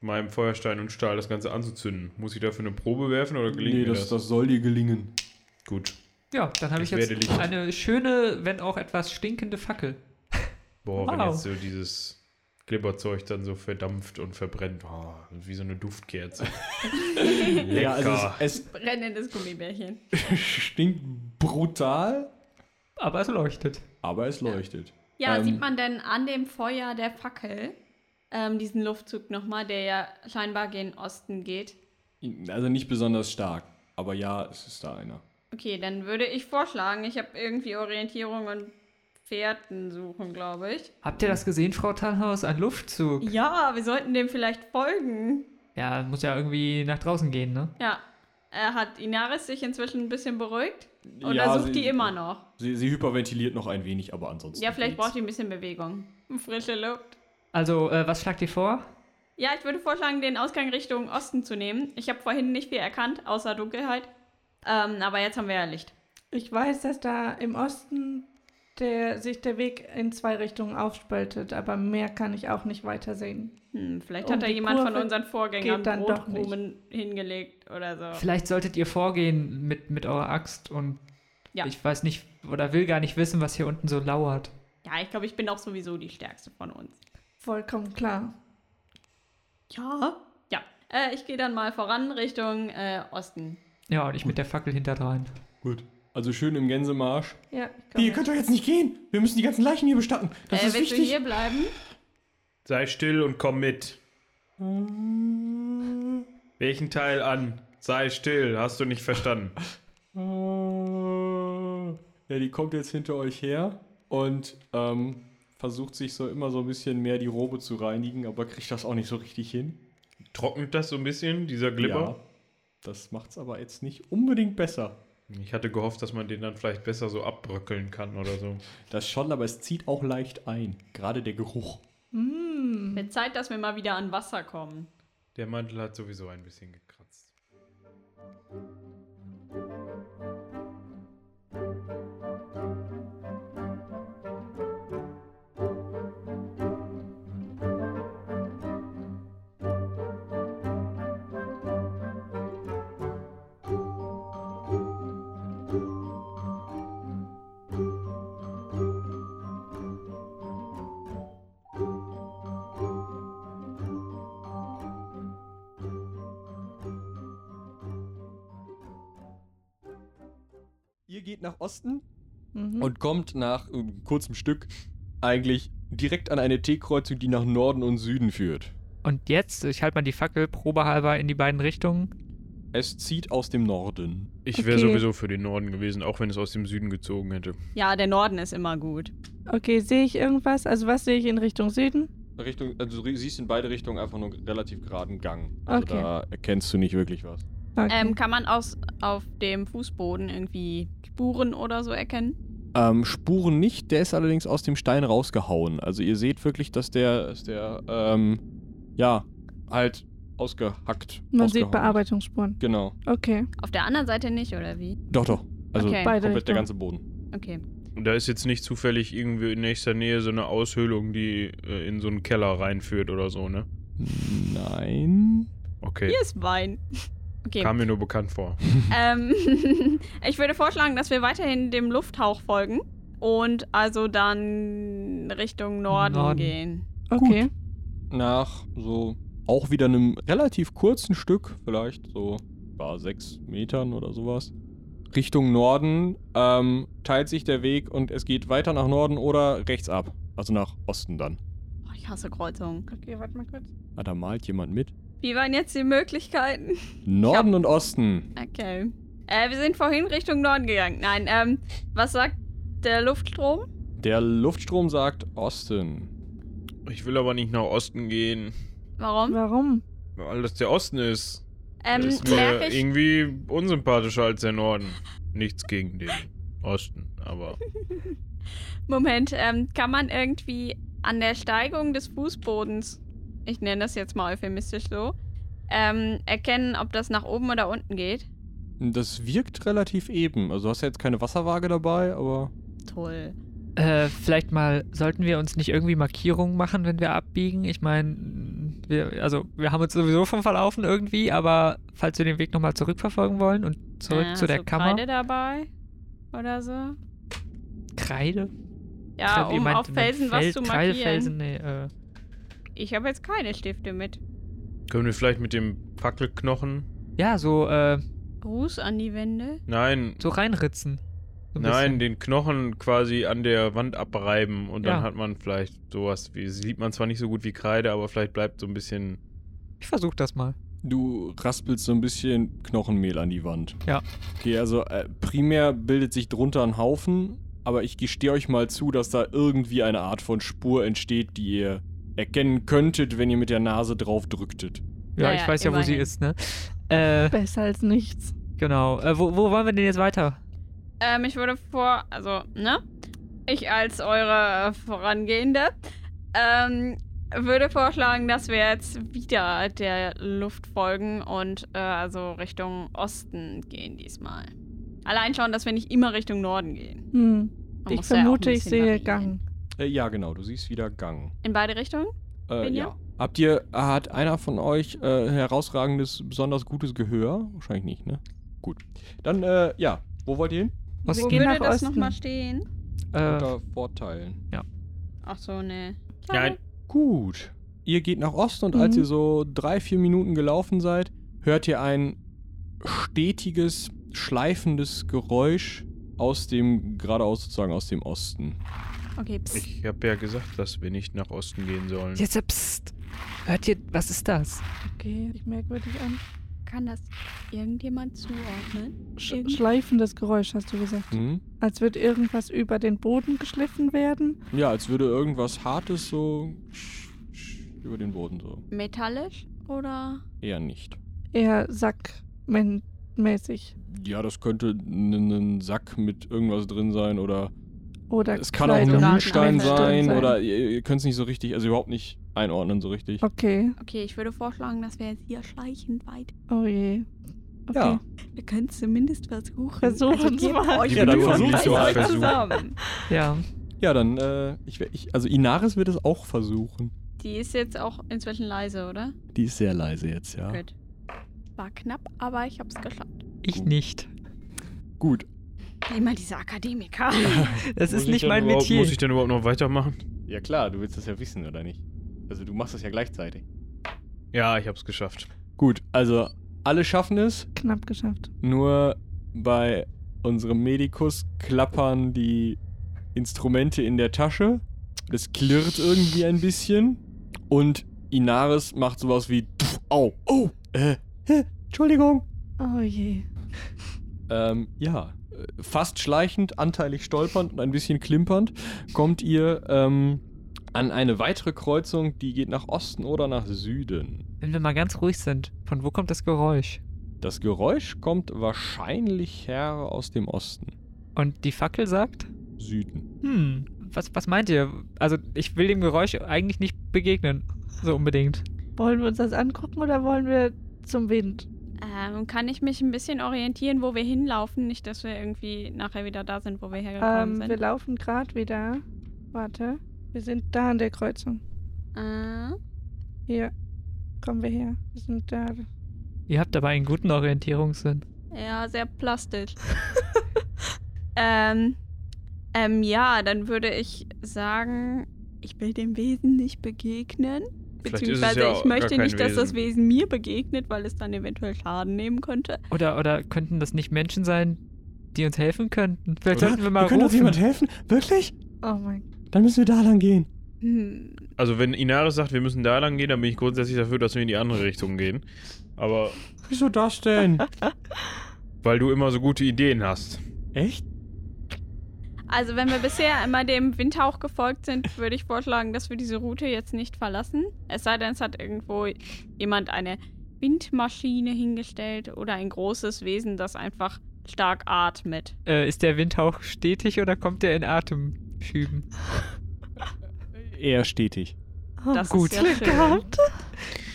meinem Feuerstein und Stahl das Ganze anzuzünden. Muss ich dafür eine Probe werfen oder gelingt
nee,
mir
das,
das?
das soll dir gelingen.
Gut.
Ja, dann habe ich,
Ich werde
jetzt
Licht.
eine schöne, wenn auch etwas stinkende Fackel.
Boah, wenn
Wow.
jetzt so dieses Glibberzeug dann so verdampft und verbrennt. Oh, wie so eine Duftkerze. Lecker.
(laughs) Ja, also es,
Brennendes Gummibärchen.
es (laughs) stinkt brutal,
Aber es leuchtet.
aber es leuchtet.
Ja,
Ähm,
sieht man denn an dem Feuer der Fackel ähm, diesen Luftzug nochmal, der ja scheinbar gen Osten geht?
Also nicht besonders stark, aber ja, es ist da einer.
Okay, dann würde ich vorschlagen, ich habe irgendwie Orientierung und Fährten suchen, glaube ich.
Habt ihr das gesehen, Frau Tannhaus? Ein Luftzug.
Ja, wir sollten dem vielleicht folgen.
Ja, muss ja irgendwie nach draußen gehen, ne?
Ja. Äh, hat Inaris sich inzwischen ein bisschen beruhigt? Oder
Ja,
sucht
sie-
die immer noch?
Sie, sie hyperventiliert noch ein wenig, aber ansonsten.
Ja, vielleicht
geht's.
braucht die ein bisschen Bewegung. (laughs) Frische Luft.
Also, äh, was schlagt ihr vor?
Ja, ich würde vorschlagen, den Ausgang Richtung Osten zu nehmen. Ich habe vorhin nicht viel erkannt, außer Dunkelheit. Ähm, aber jetzt haben wir ja Licht.
Ich weiß, dass da im Osten der, sich der Weg in zwei Richtungen aufspaltet, aber mehr kann ich auch nicht weiter sehen.
Hm, vielleicht
Um
hat da
die
jemand von
Kurve
unseren Vorgängern
geht dann doch nicht.
Brotkrumen hingelegt oder so.
Vielleicht solltet ihr vorgehen mit, mit eurer Axt und
Ja.
ich weiß nicht oder will gar nicht wissen, was hier unten so lauert.
Ja, ich glaube, ich bin auch sowieso die Stärkste von uns.
Vollkommen klar.
Ja. Ja. Äh, ich gehe dann mal voran Richtung äh, Osten.
Ja, und ich mit der Fackel hinterdrein.
Gut. Also schön im Gänsemarsch.
Ja,
Nee,
ich
ihr
komme.
könnt doch jetzt nicht gehen. Wir müssen die ganzen Leichen hier bestatten. Das
äh,
ist
willst
wichtig.
du hier bleiben?
Sei still und komm mit. Welchen Teil an? Sei still, hast du nicht verstanden.
Ah. Ja, die kommt jetzt hinter euch her und ähm, versucht sich so immer so ein bisschen mehr die Robe zu reinigen, aber kriegt das auch nicht so richtig hin.
Trocknet das so ein bisschen, dieser Glibber?
Das macht's aber jetzt nicht unbedingt besser.
Ich hatte gehofft, dass man den dann vielleicht besser so abbröckeln kann oder so.
Das schon, aber es zieht auch leicht ein. Gerade der Geruch.
Mhm.
Mit Zeit, dass wir mal wieder an Wasser kommen.
Der Mantel hat sowieso ein bisschen gekratzt.
Ihr geht nach Osten
Mhm.
und kommt nach ähm, kurzem Stück eigentlich direkt an eine T-Kreuzung, die nach Norden und Süden führt.
Und jetzt, ich halte mal die Fackel probehalber in die beiden Richtungen.
Es zieht aus dem Norden.
Ich wäre
Okay.
sowieso für den Norden gewesen, auch wenn es aus dem Süden gezogen hätte.
Ja, der Norden ist immer gut.
Okay, sehe ich irgendwas? Also was sehe ich in Richtung Süden?
Richtung, also du siehst in beide Richtungen einfach nur einen relativ geraden Gang. Also
Okay.
Da erkennst du nicht wirklich was.
Okay.
Ähm, kann man aus, auf dem Fußboden irgendwie Spuren oder so erkennen?
Ähm, Spuren nicht, der ist allerdings aus dem Stein rausgehauen. Also ihr seht wirklich, dass der, dass der, ähm, ja, halt ausgehackt.
Man sieht
ausgehauen ist.
Bearbeitungsspuren.
Genau.
Okay.
Auf der anderen Seite nicht, oder wie?
Doch, doch. Also
Okay.
Beide
komplett
Richtungen.
der ganze Boden.
Okay.
Und da ist jetzt nicht zufällig irgendwie in nächster Nähe so eine Aushöhlung, die äh, in so einen Keller reinführt oder so, ne?
Nein.
Okay.
Hier ist Wein. (laughs) Okay.
Kam mir nur bekannt vor.
Ähm, (laughs) ich würde vorschlagen, dass wir weiterhin dem Lufthauch folgen und also dann Richtung Norden,
Norden.
gehen.
Okay.
Nach so auch wieder einem relativ kurzen Stück, vielleicht so war sechs Metern oder sowas. Richtung Norden ähm, teilt sich der Weg und es geht weiter nach Norden oder rechts ab. Also nach Osten dann.
Oh, ich hasse Kreuzungen.
Okay, warte mal kurz.
Ah, da malt jemand mit.
Wie waren jetzt die Möglichkeiten? (laughs)
Norden und Osten.
Okay. Äh, wir sind vorhin Richtung Norden gegangen. Nein, ähm, was sagt der Luftstrom?
Der Luftstrom sagt Osten.
Ich will aber nicht nach Osten gehen,
Warum?
Warum?
weil das der Osten ist.
Ähm,
Der ist mir
merke ich, (laughs)
irgendwie unsympathischer als der Norden. Nichts gegen den Osten, aber
Moment, ähm, kann man irgendwie an der Steigung des Fußbodens, ich nenne das jetzt mal euphemistisch so, ähm, erkennen, ob das nach oben oder unten geht?
Das wirkt relativ eben. Also du hast ja jetzt keine Wasserwaage dabei, aber.
Toll.
Äh, vielleicht mal, sollten wir uns nicht irgendwie Markierungen machen, wenn wir abbiegen? Ich meine, wir, also wir haben uns sowieso vom Verlaufen irgendwie, aber falls wir den Weg nochmal zurückverfolgen wollen und zurück
Äh,
zu der
so
Kammer.
Kreide dabei oder so?
Kreide? Ich
Ja,
glaub, ihr
um
meint
auf
mit
Felsen was
Fel-
zu
Kreide,
markieren.
Felsen, nee, äh.
Ich habe jetzt keine Stifte mit.
Können wir vielleicht mit dem Fackelknochen?
Ja, so, äh,
Gruß an die Wände.
Nein,
so reinritzen. So ein
nein, den Knochen quasi an der Wand abreiben und dann
Ja.
hat man vielleicht sowas wie, sieht man zwar nicht so gut wie Kreide, aber vielleicht bleibt so ein bisschen
bisschen. Ich versuch das mal.
Du raspelst so ein bisschen Knochenmehl an die Wand.
Ja.
Okay, also äh, primär bildet sich drunter ein Haufen, aber ich gestehe euch mal zu, dass da irgendwie eine Art von Spur entsteht, die ihr erkennen könntet, wenn ihr mit der Nase drauf drücktet.
Ja,
Naja,
ich weiß ja, wo sie
immerhin.
ist, ne? Äh,
Besser als nichts.
genau. Äh, wo, wo wollen wir denn jetzt weiter?
Ähm, ich würde vor, also, ne? Ich als eure äh, Vorangehende, ähm, würde vorschlagen, dass wir jetzt wieder der Luft folgen und äh, also Richtung Osten gehen diesmal. Allein schon, dass wir nicht immer Richtung Norden gehen.
Hm.
Man
Ich
muss ja auch ein
vermute, ich
bisschen
sehe
variieren.
Gang.
Äh, ja, genau, du siehst wieder Gang.
In beide Richtungen?
Äh,
Benja?
ja. Habt ihr, äh, hat einer von euch äh, herausragendes, besonders gutes Gehör? Wahrscheinlich nicht, ne? Gut. Dann, äh, ja. Wo wollt ihr hin?
Osten?
Wir
Wo
gehen
würde
nach
das
Osten.
nochmal stehen?
Äh,
Unter Vorteilen.
Ach so, ne.
Nein.
Gut. Ihr geht nach Osten und als
Mhm.
ihr so drei, vier Minuten gelaufen seid, hört ihr ein stetiges, schleifendes Geräusch aus dem, geradeaus sozusagen aus dem Osten.
Okay, psst.
Ich habe ja gesagt, dass wir nicht nach Osten gehen sollen.
jetzt, äh, pst. Hört ihr, was ist das?
Okay, ich merkwürdig an.
Kann das irgendjemand zuordnen?
Sch
Irgend-
schleifendes Geräusch, hast du gesagt.
Mhm.
Als würde irgendwas über den Boden geschliffen werden.
Ja, als würde irgendwas Hartes so sch- sch- über den Boden so.
Metallisch oder?
Eher nicht.
Eher sackmäßig.
Ja, das könnte n- ein Sack mit irgendwas drin sein oder
Oder
es kann auch ein
Kleidung.
Soldaten-
Mühlstein
Soldaten-
sein
sein.
oder ihr, ihr könnt es nicht so richtig, also überhaupt nicht einordnen so richtig.
Okay,
Okay, ich würde vorschlagen, dass wir jetzt hier schleichend weit
oh je. Okay.
Ja.
Wir können zumindest versuchen.
Versuchen
also,
Sie
gebt
mal.
euch
Ja, dann
Mühe,
versuchen
reißt
Sie mal.
euch zusammen.
Ja.
Ja, dann, äh, ich, wer- ich, also Inaris wird es auch versuchen.
Die ist jetzt auch inzwischen leise, oder?
Die ist sehr leise jetzt, ja.
Gut. War knapp, aber ich hab's geschafft.
Ich nicht.
Gut.
Immer diese (laughs) Akademiker.
Das
Muss
ist
ich
nicht
denn
mein
überhaupt-
Metier.
Muss ich denn überhaupt noch weitermachen?
Ja klar, du willst das ja wissen, oder nicht? Also du machst das ja gleichzeitig.
Ja, ich hab's geschafft.
Gut, also alle schaffen es,
Knapp geschafft.
nur bei unserem Medikus klappern die Instrumente in der Tasche. Das klirrt irgendwie ein bisschen. Und Inaris macht sowas wie, "Pff, au, oh, äh, hä, Entschuldigung.
Oh je.
Ähm, ja, äh, fast schleichend, anteilig stolpernd und ein bisschen klimpernd kommt ihr ähm, an eine weitere Kreuzung, die geht nach Osten oder nach Süden.
Wenn wir mal ganz ruhig sind, von wo kommt das Geräusch?
Das Geräusch kommt wahrscheinlich her aus dem Osten.
Und die Fackel sagt?
Süden.
Hm, was, was meint ihr? Also, ich will dem Geräusch eigentlich nicht begegnen. So unbedingt.
Wollen wir uns das angucken oder wollen wir zum Wind?
ähm, kann ich mich ein bisschen orientieren, wo wir hinlaufen? Nicht, dass wir irgendwie nachher wieder da sind, wo wir hergekommen
Ähm, wir
sind.
laufen gerade wieder. Warte. Wir sind da an der Kreuzung.
Äh,
Hier. Kommen wir her. Wir sind da.
Ihr habt aber einen guten Orientierungssinn.
ja,
(laughs)
sehr plastisch. ähm, ähm, ja, dann würde ich sagen, ich will dem Wesen nicht begegnen.
Vielleicht ist es
Beziehungsweise
ja
ich
gar
möchte
kein
nicht, dass das
Wesen.
Wesen mir begegnet, weil es dann eventuell Schaden nehmen könnte.
Oder, oder könnten das nicht Menschen sein, die uns helfen könnten? Vielleicht
Oder?
sollten wir mal
Kann uns jemand
rufen.
helfen? Wirklich?
Oh mein
Dann müssen wir da lang gehen.
Hm.
Also wenn Inaris sagt, wir müssen da lang gehen, dann bin ich grundsätzlich dafür, dass wir in die andere Richtung gehen. Aber
Wieso das denn?
weil du immer so gute Ideen hast.
(laughs) Echt?
Also wenn wir bisher immer dem Windhauch gefolgt sind, würde ich vorschlagen, dass wir diese Route jetzt nicht verlassen. Es sei denn, es hat irgendwo jemand eine Windmaschine hingestellt oder ein großes Wesen, das einfach stark atmet.
Äh, ist der Windhauch stetig oder kommt der in Atembewegung? schieben.
Eher stetig.
Das ist ja schön.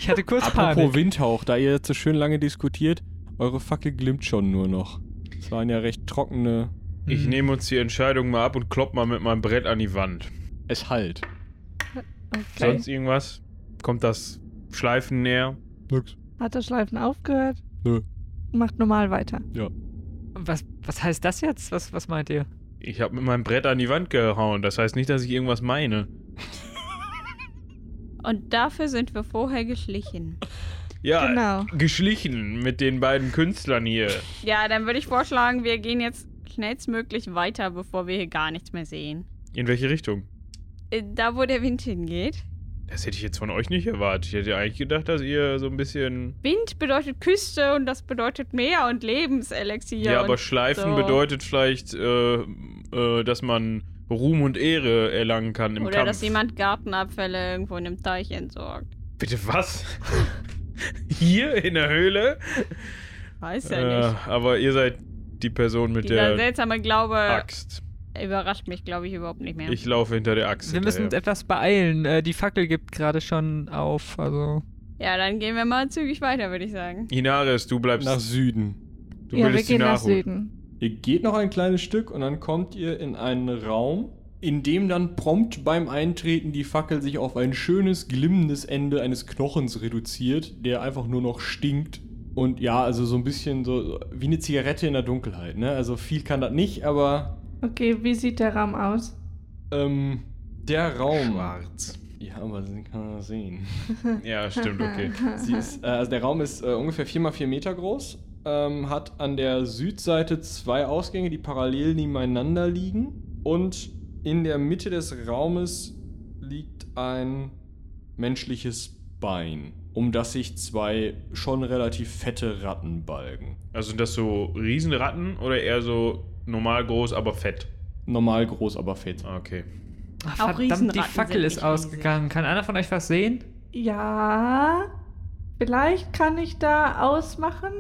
Ich hatte kurz
Apropos
Panik.
Windhauch, da ihr jetzt so schön lange diskutiert, eure Fackel glimmt schon nur noch. Es waren ja recht trockene.
Ich
Hm. Mhm.
nehme uns die Entscheidung mal ab und klopp mal mit meinem Brett an die Wand.
Es halt.
Sonst irgendwas? Kommt das Schleifen näher?
Nix.
Hat das Schleifen aufgehört?
Nö.
Macht normal weiter.
Ja.
Was, was heißt das jetzt? Was, was meint ihr?
Ich habe mit meinem Brett an die Wand gehauen. Das heißt nicht, dass ich irgendwas meine.
Und dafür sind wir vorher geschlichen.
Ja,
Genau.
geschlichen mit den beiden Künstlern hier.
(laughs) Ja, dann würde ich vorschlagen, wir gehen jetzt schnellstmöglich weiter, bevor wir hier gar nichts mehr sehen.
In welche Richtung?
Äh, Da, wo der Wind hingeht.
Das hätte ich jetzt von euch nicht erwartet. Ich hätte eigentlich gedacht, dass ihr so ein bisschen.
Wind bedeutet Küste und das bedeutet Meer und Lebenselixier.
Ja, aber
und
Schleifen
so.
bedeutet vielleicht, äh, äh, dass man Ruhm und Ehre erlangen kann im
Oder
Kampf.
dass jemand Gartenabfälle irgendwo in einem Teich entsorgt.
Bitte was? (laughs) Hier in der Höhle?
Weiß ja nicht.
Äh, aber ihr seid die Person mit
Dieser
der.
seltsame Glaube
Axt.
überrascht mich, glaube ich, überhaupt nicht mehr.
Ich laufe hinter der Axt.
Wir müssen uns
hinterher.
etwas beeilen. Äh, die Fackel gibt gerade schon auf. Also.
ja, dann gehen wir mal zügig weiter, würde ich sagen.
Inaris, du bleibst.
Nach Süden.
Du willst die nachholen.
Ihr geht noch ein kleines Stück und dann kommt ihr in einen Raum, in dem dann prompt beim Eintreten die Fackel sich auf ein schönes, glimmendes Ende eines Knochens reduziert, der einfach nur noch stinkt. Und ja, also so ein bisschen so wie eine Zigarette in der Dunkelheit, ne? Also viel kann das nicht, aber
Okay, wie sieht der Raum aus?
ähm, der Raum. Schwarz. Ja, aber den kann man sehen.
(laughs)
Ja, stimmt, okay.
Sie ist, äh, also der Raum ist äh, ungefähr 4x4 Meter groß, ähm, hat an der Südseite zwei Ausgänge, die parallel nebeneinander liegen. Und in der Mitte des Raumes liegt ein menschliches Bein, um das sich zwei schon relativ fette Ratten balgen.
Also sind das so Riesenratten oder eher so normal groß, aber fett? Ah,
Normal groß, aber fett.
Ah.
Okay.
Ach,
Auch
verdammt, die
Riesenratten sind
Fackel ist
nicht
ausgegangen. Kann einer von euch was sehen?
Ja, vielleicht kann ich da ausmachen,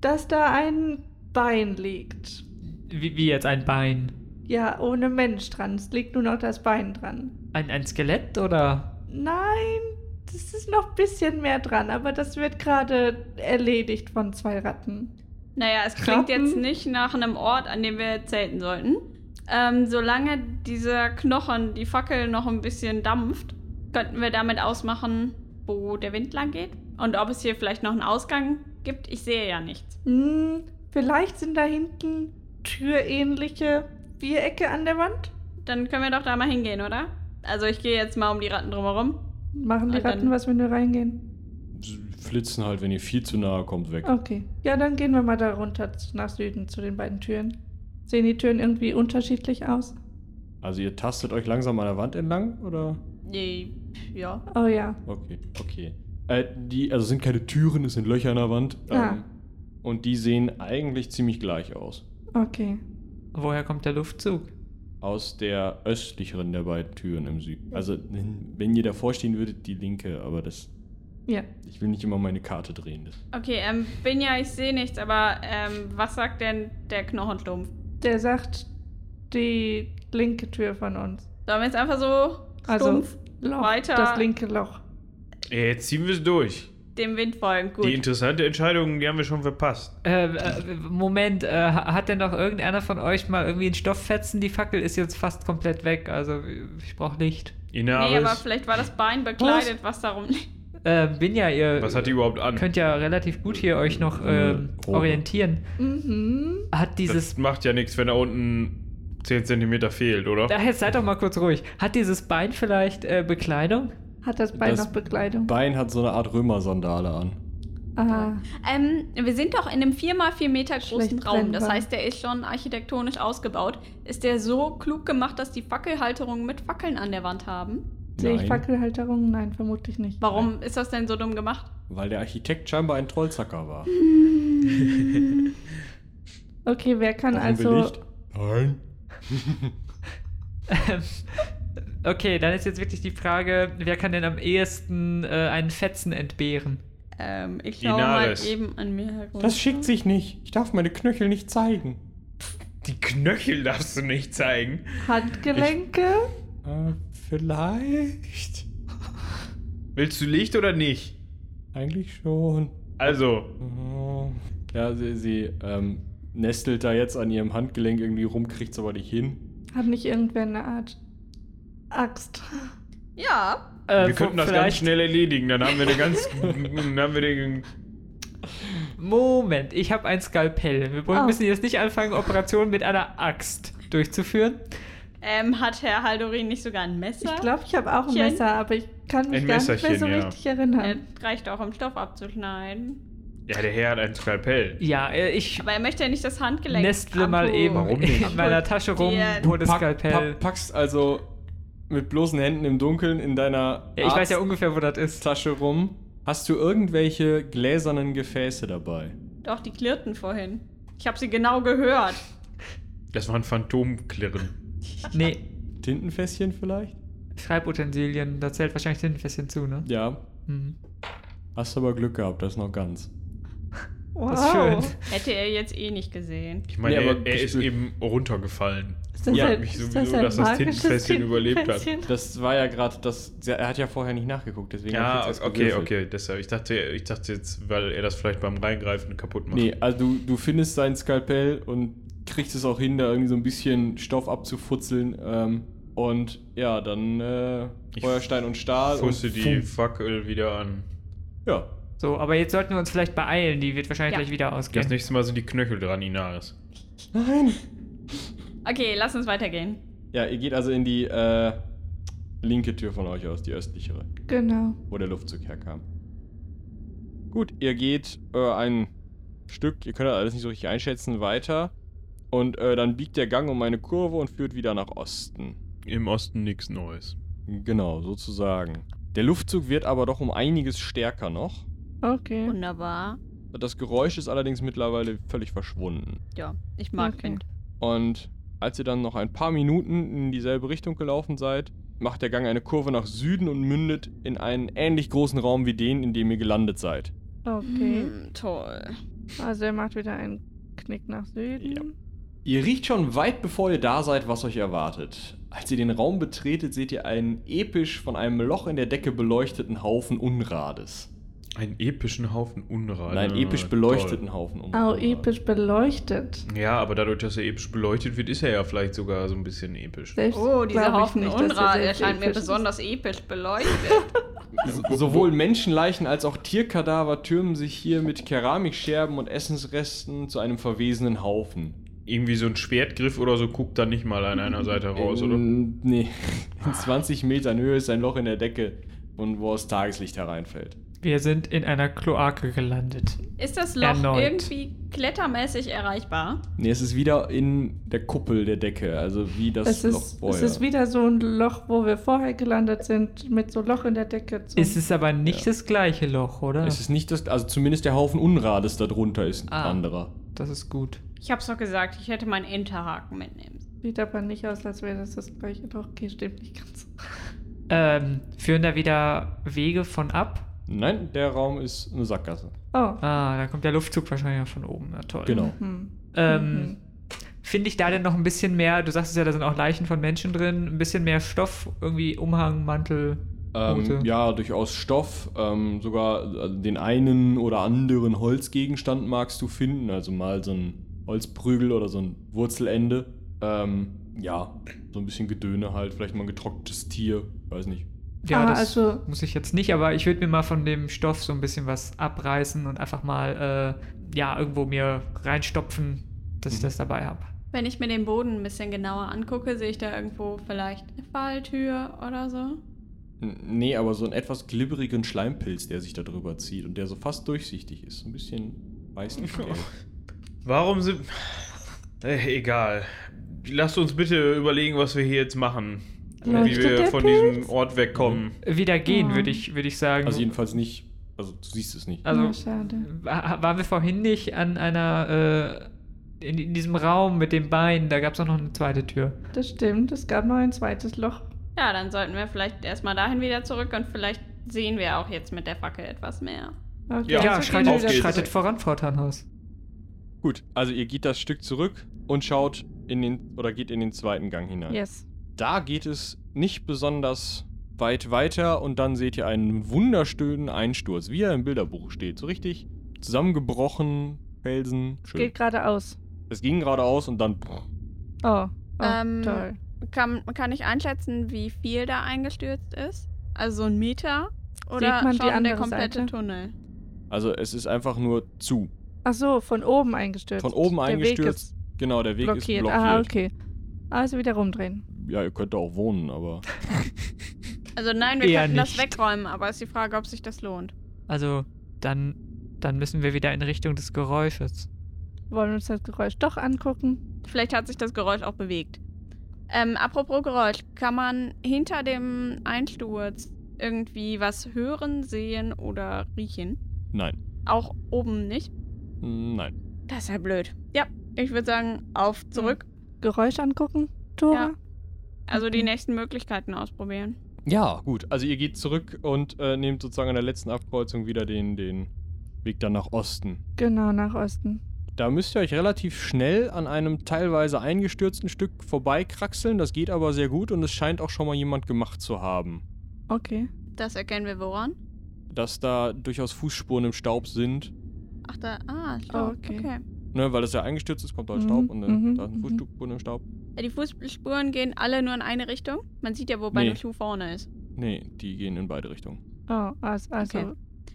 dass da ein Bein liegt.
Wie, wie jetzt ein Bein?
Ja, ohne Mensch dran. Es liegt nur noch das Bein dran.
Ein, ein Skelett oder?
Nein, das ist noch ein bisschen mehr dran, aber das wird gerade erledigt von zwei Ratten.
Naja, es klingt jetzt nicht nach einem Ort, an dem wir zelten sollten. Ähm, solange dieser Knochen, die Fackel noch ein bisschen dampft, könnten wir damit ausmachen, wo der Wind lang geht und ob es hier vielleicht noch einen Ausgang gibt. Ich sehe ja nichts.
Hm, vielleicht sind da hinten türähnliche Vierecke an der Wand.
Dann können wir doch da mal hingehen, oder? Also ich gehe jetzt mal um die Ratten drumherum.
Machen die
Und dann-
Ratten was, wenn wir reingehen?
Sie flitzen halt, wenn ihr viel zu nahe kommt, weg.
Okay. Ja, dann gehen wir mal da runter z- nach Süden zu den beiden Türen. Sehen die Türen irgendwie unterschiedlich aus?
Also ihr tastet euch langsam an der Wand entlang, oder?
Nee, ja.
Oh ja.
Okay, okay. Äh, die, also sind keine Türen, es sind Löcher an der Wand. Ähm,
Ah.
Und die sehen eigentlich ziemlich gleich aus.
Okay.
Woher kommt der Luftzug?
Aus der östlicheren der beiden Türen im Süden. Also, wenn ihr davor stehen würdet, die linke, aber das.
Ja.
Ich will nicht immer meine Karte drehen. Das
Okay, ähm, bin ja, ich sehe nichts, aber ähm, was sagt denn der Knochenstumpf?
Der sagt die linke Tür von uns.
Sollen wir jetzt einfach so
Also
stumpf
Loch,
weiter
das linke Loch.
Ja, Jetzt ziehen wir es durch.
dem Wind folgen? Gut.
Die interessante Entscheidung, die haben wir schon verpasst.
Äh, äh, Moment, äh, ha- hat denn noch irgendeiner von euch mal irgendwie einen Stofffetzen? Die Fackel ist jetzt fast komplett weg, also ich brauche Licht.
nee, aber
Inaris,
vielleicht war das Bein bekleidet, was darum liegt.
Äh, bin ja, ihr
was hat die überhaupt an?
könnt ja relativ gut hier euch noch ähm,
Robe.
orientieren.
Mhm.
Hat dieses
das macht ja nichts, wenn da unten 10 cm fehlt, oder?
Ach, jetzt seid doch mal kurz ruhig. Hat dieses Bein vielleicht äh, Bekleidung?
Hat das Bein
Das-
noch Bekleidung?
Bein hat so eine Art Römersandale an.
Ah,
Ähm, wir sind doch in einem 4x4 Meter großen
Schlecht
Raum. Das
brennbar.
heißt, der ist schon architektonisch ausgebaut. Ist der so klug gemacht, dass die Fackelhalterungen mit Fackeln an der Wand haben?
sehe ich
Nein.
Fackelhalterung? Nein, vermutlich nicht.
Warum ist das denn so dumm gemacht?
Weil der Architekt scheinbar ein Trollzacker
(laughs)
war.
Okay, wer kann
Brauchen wir
also.
Licht? Nein.
Okay, dann ist jetzt wirklich die Frage, wer kann denn am ehesten äh, einen Fetzen entbehren?
Ähm, ich schaue
Inaris.
mal eben an mir herum.
Das schickt sich nicht. Ich darf meine Knöchel nicht zeigen.
Die Knöchel darfst du nicht zeigen.
Handgelenke?
Ich, äh, vielleicht. Willst du Licht oder nicht?
Eigentlich schon.
Also.
Mhm. Ja, sie, sie ähm, nestelt da jetzt an ihrem Handgelenk irgendwie rum, kriegt's aber nicht hin.
Hat nicht irgendwer eine Art Axt?
Ja.
Äh,
wir
Also
könnten das ganz schnell erledigen, dann haben wir
(laughs)
eine ganz. dann haben wir den.
Moment, ich habe ein Skalpell. Wir wollen-
Oh.
müssen jetzt nicht anfangen, Operationen mit einer Axt durchzuführen.
Ähm, hat Herr Haldorin nicht sogar ein Messer?
Ich glaube, ich habe auch ein
Chen?
Messer, aber ich kann mich
Ein
gar nicht mehr so
Messerchen, ja.
richtig erinnern.
Reicht auch, um Stoff abzuschneiden.
Ja, der Herr hat ein Skalpell.
Ja, äh, ich
Aber er möchte ja nicht das Handgelenk.
nestle mal eben
abholen.
in meiner Tasche rum,
Ja.
hol das
Pack-
Skalpell.
pack- packst also mit bloßen Händen im Dunkeln in deiner
Ja, ich weiß ja um-
Arzt-
ungefähr, wo das ist.
Tasche rum. Hast du irgendwelche gläsernen Gefäße dabei?
Doch, die klirrten vorhin. Ich habe sie genau gehört.
Das war ein Phantomklirren.
Nee,
Tintenfässchen vielleicht?
Schreibutensilien, da zählt wahrscheinlich Tintenfässchen zu, ne?
Ja.
Mhm.
Hast aber Glück gehabt, das ist noch ganz.
Wow.
Das ist schön.
Hätte er jetzt eh nicht gesehen.
Ich meine,
Nee,
er,
aber
er ist eben runtergefallen.
Ist das
ja,
ein-
mich
ist
sowieso,
das ein
dass das
magisches
Tintenfässchen überlebt hat.
Tintenfässchen?
Das war ja gerade das. Er hat ja vorher nicht nachgeguckt, deswegen.
Ja,
hab ich jetzt erst
okay,
gewürfelt.
okay, deshalb. Ich dachte, ich dachte jetzt, weil er das vielleicht beim Reingreifen kaputt macht.
Nee, also du, du findest sein Skalpell und kriegst es auch hin, da irgendwie so ein bisschen Stoff abzufutzeln. Ähm, und ja, dann äh,
Ich
Feuerstein und Stahl. Und
Fußte die
Fum.
Fackel wieder an.
Ja.
So, aber jetzt sollten wir uns vielleicht beeilen, die wird wahrscheinlich
Ja.
gleich wieder
Das
ausgehen.
nächste Mal sind die Knöchel dran, Inaris.
Nein.
Okay, lass uns weitergehen.
Ja, ihr geht also in die äh, linke Tür von euch aus, die östlichere,
Genau.
wo der Luftzug herkam. Gut, ihr geht äh, ein Stück, ihr könnt das alles nicht so richtig einschätzen, weiter. Und äh, dann biegt der Gang um eine Kurve und führt wieder nach Osten.
Im Osten nichts Neues.
Genau, sozusagen. Der Luftzug wird aber doch um einiges stärker noch.
Okay.
Wunderbar.
Das Geräusch ist allerdings mittlerweile völlig verschwunden.
Ja, ich mag
Okay.
ihn.
Und als ihr dann noch ein paar Minuten in dieselbe Richtung gelaufen seid, macht der Gang eine Kurve nach Süden und mündet in einen ähnlich großen Raum wie den, in dem ihr gelandet seid.
Okay.
Hm, toll.
Mhm. Also er macht wieder einen Knick nach Süden.
Ihr riecht schon weit bevor ihr da seid, was euch erwartet. Als ihr den Raum betretet, seht ihr einen episch von einem Loch in der Decke beleuchteten Haufen Unrades.
Einen epischen Haufen Unrat.
Nein, episch beleuchteten Haufen
Au,
Unrades.
episch beleuchtet.
Toll. Ja, aber dadurch, dass er episch beleuchtet wird, ist er ja vielleicht sogar so ein bisschen episch.
Selbst
Oh, dieser
glaub ich
Haufen
nicht, dass er
Unrat
selbst
erscheint mir
episch ist.
besonders episch beleuchtet.
(laughs)
So- Sowohl Menschenleichen als auch Tierkadaver türmen sich hier mit Keramikscherben und Essensresten zu einem verwesenen Haufen.
Irgendwie so ein Schwertgriff oder so guckt da nicht mal an (laughs) einer Seite raus, oder?
in, Nee, (laughs) in 20 Metern Höhe ist ein Loch in der Decke, von wo aus Tageslicht hereinfällt.
Wir sind in einer Kloake gelandet.
Ist das Loch
Erneut.
irgendwie klettermäßig erreichbar?
Nee, es ist wieder in der Kuppel der Decke, also wie
Es
das Loch
ist, es ist wieder so ein Loch, wo wir vorher gelandet sind, mit so Loch in der Decke. Zum
Es ist aber nicht das gleiche Loch, oder?
es ist nicht das, also zumindest der Haufen Unrades darunter ist ein
Ah.
anderer.
das ist gut.
Ich hab's doch gesagt, ich hätte meinen Enterhaken mitnehmen sollen.
Sieht aber nicht aus, als wäre das das gleiche Loch. Okay, stimmt nicht ganz.
Ähm, führen da wieder Wege von ab?
Nein, der Raum ist eine Sackgasse.
Oh.
Ah, da kommt der Luftzug wahrscheinlich von oben. Na toll.
Genau.
Hm.
Ähm,
Mhm.
Finde ich da denn noch ein bisschen mehr, du sagst es ja, da sind auch Leichen von Menschen drin, ein bisschen mehr Stoff, irgendwie Umhang, Mantel, Hute?
Ähm, ja, durchaus Stoff, ähm, sogar äh, den einen oder anderen Holzgegenstand magst du finden, also mal so ein Holzprügel oder so ein Wurzelende. Ähm, ja, so ein bisschen Gedöne halt, vielleicht mal ein getrocknetes Tier, weiß nicht.
Ja,
Ah,
das
also-
muss ich jetzt nicht, aber ich würde mir mal von dem Stoff so ein bisschen was abreißen und einfach mal, äh, ja, irgendwo mir reinstopfen, dass
Mhm.
ich das dabei habe.
Wenn ich mir den Boden ein bisschen genauer angucke, sehe ich da irgendwo vielleicht eine Falltür oder so.
N nee, aber so einen etwas glibberigen Schleimpilz, der sich da drüber zieht und der so fast durchsichtig ist, so ein bisschen weißlich. (laughs) gelb.
Warum sind. Äh, egal. Lasst uns bitte überlegen, was wir hier jetzt machen. Und wie
Leuchtet
wir
der
von
Pilz?
diesem Ort wegkommen.
Wieder gehen,
Ja.
würde ich, würde ich sagen.
Also jedenfalls nicht, also du siehst es nicht.
Also,
Na, schade.
wa- waren wir vorhin nicht an einer, äh, in, in diesem Raum mit den Beinen, da gab es auch noch eine zweite Tür.
Das stimmt, es gab noch ein zweites Loch.
Ja, dann sollten wir vielleicht erstmal dahin wieder zurück und vielleicht sehen wir auch jetzt mit der Fackel etwas mehr.
Okay,
Ja,
Ja,
also
schreitet,
gehen wir
geht's.
schreitet voran, Frau Tannhaus.
Gut, also ihr geht das Stück zurück und schaut in den oder geht in den zweiten Gang hinein.
Yes.
Da geht es nicht besonders weit weiter und dann seht ihr einen wunderschönen Einsturz, wie er im Bilderbuch steht. So richtig zusammengebrochen, Felsen. Schön.
Geht geradeaus.
Es ging geradeaus und dann.
Oh, oh
ähm,
toll.
Kann, kann ich einschätzen, wie viel da eingestürzt ist? Also so ein Meter? Oder
man die
schon der
andere
komplette
Seite?
Tunnel?
Also es ist einfach nur zu.
Ach so, von oben eingestürzt.
Von oben
Der Weg
eingestürzt.
ist
genau, der Weg
blockiert. Ah,
ist blockiert.
Aha, okay. Also wieder rumdrehen.
Ja, ihr könnt da auch wohnen, aber.
Also nein, wir
Eher
könnten das
nicht.
wegräumen, aber ist die Frage, ob sich das lohnt.
Also, dann, dann müssen wir wieder in Richtung des Geräusches.
Wollen wir uns das Geräusch doch angucken?
Vielleicht hat sich das Geräusch auch bewegt. Ähm, apropos Geräusch, kann man hinter dem Einsturz irgendwie was hören, sehen oder riechen?
Nein.
Auch oben nicht?
Nein.
Das ist ja blöd. Ja, ich würde sagen, auf zurück.
Geräusch angucken, Tora?
Ja. Also die nächsten Möglichkeiten ausprobieren.
Ja, gut. Also ihr geht zurück und äh, nehmt sozusagen an der letzten Abkreuzung wieder den, den Weg dann nach Osten.
Genau, nach Osten.
Da müsst ihr euch relativ schnell an einem teilweise eingestürzten Stück vorbeikraxeln. Das geht aber sehr gut und es scheint auch schon mal jemand gemacht zu haben.
Okay.
Das erkennen wir woran?
Dass da durchaus Fußspuren im Staub sind.
Ach, da. Ah, schlau.
Okay.
okay.
Ne, weil das ja eingestürzt ist, kommt halt
Mhm,
Staub und dann
mhm,
da sind
mhm.
Fußspuren im Staub.
Ja, Die Fußspuren gehen alle nur in eine Richtung. Man sieht ja, wo bei
Nee.
dem Schuh vorne ist.
Nee, die gehen in beide Richtungen.
Oh, also, also
Okay.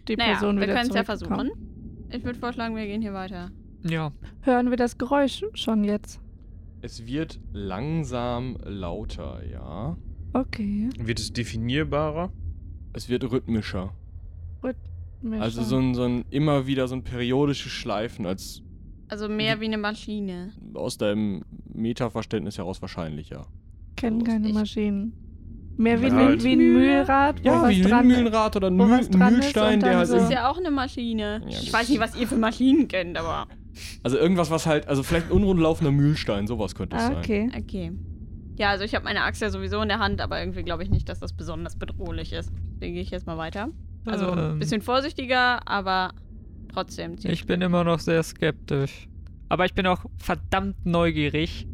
die
naja,
Person
wir
wieder
können es ja
zurückkommen.
versuchen. Ich würde vorschlagen, wir gehen hier weiter.
Ja.
Hören wir das Geräusch schon jetzt?
Es wird langsam lauter, ja.
Okay.
Mhm. Wird es definierbarer?
Es wird rhythmischer.
Mir
Also
schon.
so ein, so ein immer wieder so ein periodisches Schleifen, als
Also mehr
Mhm.
wie eine Maschine.
aus deinem Metaverständnis heraus wahrscheinlich, ja.
kennen keine
Ich-
Maschinen. Mehr wie,
Ja,
ein,
halt.
wie ein Mühlrad, wo
Ja,
was
wie ein
dran
Mühlenrad oder ein
wo
Mühl-
was dran ist
Mühlstein,
und
der
dann
halt
so.
Das ist ja auch eine Maschine.
Ja,
ich
das-
weiß nicht, was ihr für Maschinen kennt, aber.
(laughs) Also irgendwas, was halt, also vielleicht ein unrund laufender Mühlstein, sowas könnte es
Ah,
sein.
okay.
Okay. Ja, also ich habe meine Axt ja sowieso in der Hand, aber irgendwie glaube ich nicht, dass das besonders bedrohlich ist. Deswegen gehe ich jetzt mal weiter. Also ein
Ähm.
bisschen vorsichtiger, aber trotzdem. ziemlich
Ich bin immer noch sehr skeptisch. Aber ich bin auch verdammt neugierig.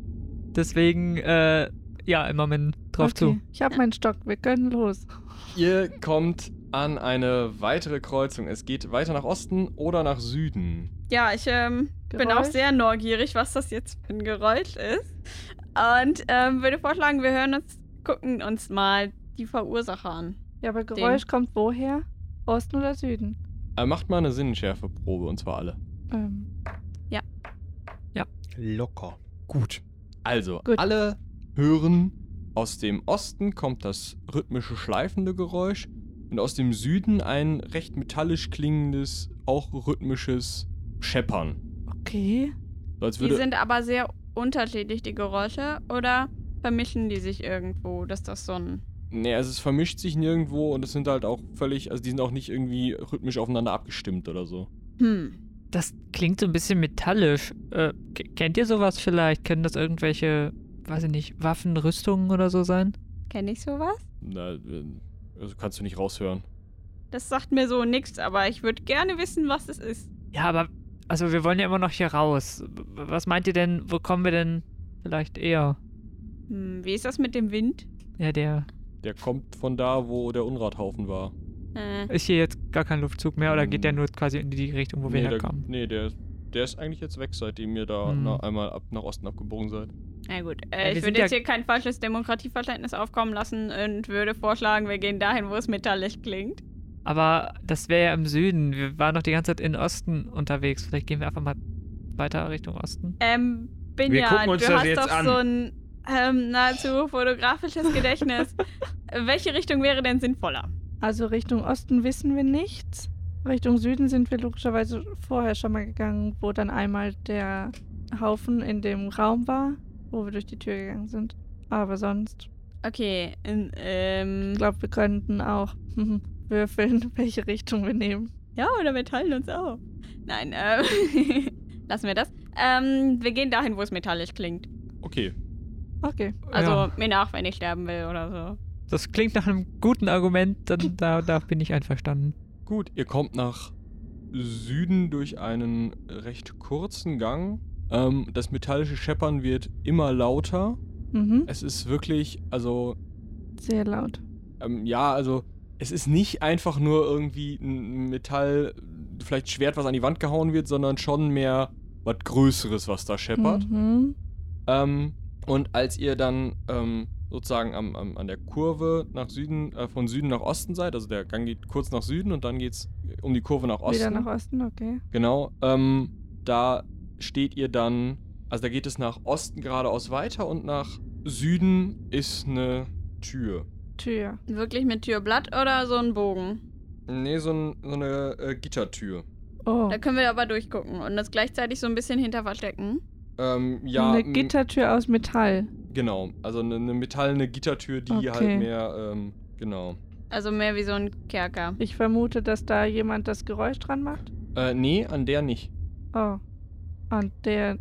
Deswegen, äh, ja, immer mit drauf
okay. Ich habe meinen Stock, wir können los.
Ihr kommt an eine weitere Kreuzung. Es geht weiter nach Osten oder nach Süden.
Ja, ich ähm, bin
Geräusch?
auch sehr neugierig, was das jetzt für ein Geräusch ist. Und ähm, würde vorschlagen, wir hören uns, gucken uns mal die Verursacher an.
Ja, aber Geräusch kommt woher? Osten oder Süden?
Äh, macht mal eine Sinnenschärfeprobe und zwar alle.
Ähm,
Locker.
Gut. Also,
Gut.
alle hören, aus dem Osten kommt das rhythmische schleifende Geräusch und aus dem Süden ein recht metallisch klingendes, auch rhythmisches Scheppern.
okay.
So als
Die
würde,
sind aber sehr unterschiedlich, die Geräusche, oder vermischen die sich irgendwo, dass das so ein.
nee, also es vermischt sich nirgendwo und es sind halt auch völlig, also die sind auch nicht irgendwie rhythmisch aufeinander abgestimmt oder so.
Hm.
Das klingt so ein bisschen metallisch. Äh, ke- kennt ihr sowas vielleicht? Können das irgendwelche, weiß ich nicht, Waffen, Rüstungen oder so sein?
Kenn ich sowas?
Na, äh, also kannst du nicht raushören.
Das sagt mir so nichts, aber ich würde gerne wissen, was es ist.
Ja, aber, also wir wollen ja immer noch hier raus. W- Was meint ihr denn, wo kommen wir denn vielleicht eher?
Hm, wie ist das mit dem Wind?
Ja, der.
Der kommt von da, wo der Unrathaufen war.
Äh,
Ist hier jetzt gar kein Luftzug mehr oder geht der nur quasi in die Richtung, wo wir
nee, der,
herkommen?
nee der, der ist eigentlich jetzt weg, seitdem ihr da
Hm.
na, einmal ab, nach Osten abgebogen seid.
na gut,
Ja, wir
äh, ich
sind
würde jetzt
ja-
hier kein falsches Demokratieverständnis aufkommen lassen und würde vorschlagen, wir gehen dahin, wo es metallisch klingt.
Aber das wäre ja im Süden. Wir waren noch die ganze Zeit in Osten unterwegs. Vielleicht gehen wir einfach mal weiter Richtung Osten.
Ähm, Binja,
Wir gucken uns
du
das
hast
jetzt
doch
an.
so ein ähm, nahezu
(laughs)
fotografisches Gedächtnis. Welche Richtung wäre denn sinnvoller?
Also Richtung Osten wissen wir nichts. Richtung Süden sind wir logischerweise vorher schon mal gegangen, wo dann einmal der Haufen in dem Raum war, wo wir durch die Tür gegangen sind. Aber sonst,
Okay, in, ähm,
ich glaube, wir könnten auch (laughs) würfeln, (laughs) welche Richtung wir nehmen.
ja, oder wir teilen uns auf. Nein, ähm, (laughs) lassen wir das. Ähm, wir gehen dahin, wo es metallisch klingt.
Okay.
Okay.
Also
ja,
mir nach, wenn ich sterben will oder so.
das klingt nach einem guten Argument. Dann, da, da bin ich einverstanden.
Gut, ihr kommt nach Süden durch einen recht kurzen Gang Ähm, das metallische Scheppern wird immer lauter.
Mhm.
Es ist wirklich, also
Sehr laut.
ähm, ja, also es ist nicht einfach nur irgendwie ein Metall, vielleicht Schwert, was an die Wand gehauen wird, sondern schon mehr was Größeres, was da scheppert.
Mhm.
Ähm, und als ihr dann ähm, sozusagen am, am, an der Kurve nach Süden, äh, von Süden nach Osten seid, also der Gang geht kurz nach Süden und dann geht's um die Kurve nach Osten.
Wieder nach Osten, okay.
Genau. Ähm, da steht ihr dann, also da geht es nach Osten geradeaus weiter und nach Süden ist eine Tür.
Tür.
Wirklich mit Türblatt oder so ein Bogen?
Nee, so, ein, so eine äh, Gittertür.
Oh.
Da können wir aber durchgucken und das gleichzeitig so ein bisschen hinter verstecken.
Ähm, ja,
Eine
m-
Gittertür aus Metall.
genau. Also eine, eine metallene Gittertür, die
Okay.
halt mehr, ähm, genau.
Also mehr wie so ein Kerker.
Ich vermute, dass da jemand das Geräusch dran macht.
Äh, nee, an der nicht.
Oh. Und der.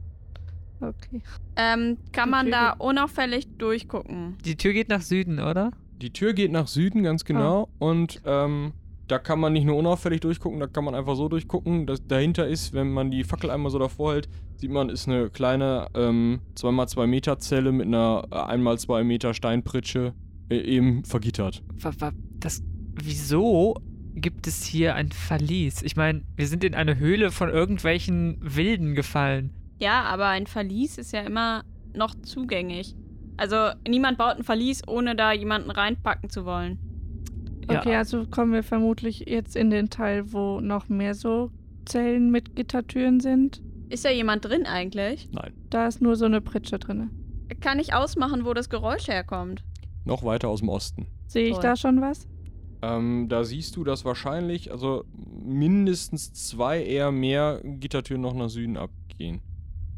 Okay.
Ähm, kann man
Okay.
da unauffällig durchgucken?
Die Tür geht nach Süden, oder?
Die Tür geht nach Süden, ganz
Ah.
genau. Und ähm, da kann man nicht nur unauffällig durchgucken, da kann man einfach so durchgucken. Das dahinter ist, wenn man die Fackel einmal so davor hält, sieht man, ist eine kleine ähm, 2x2 Meter Zelle mit einer äh, 1x2 Meter Steinpritsche äh, eben vergittert.
Wa- wa- Das, wieso gibt es hier ein Verlies? Ich meine, wir sind in eine Höhle von irgendwelchen Wilden gefallen.
Ja, aber ein Verlies ist ja immer noch zugänglich. Also niemand baut ein Verlies, ohne da jemanden reinpacken zu wollen.
Ja.
Okay, also kommen wir vermutlich jetzt in den Teil, wo noch mehr so Zellen mit Gittertüren sind.
Ist da jemand drin eigentlich?
Da ist nur so eine Pritsche drin.
Kann ich ausmachen, wo das Geräusch herkommt?
Noch weiter aus dem Osten.
Sehe ich
Toll.
da schon was?
Ähm, da siehst du, dass wahrscheinlich, also mindestens zwei, eher mehr Gittertüren noch nach Süden abgehen.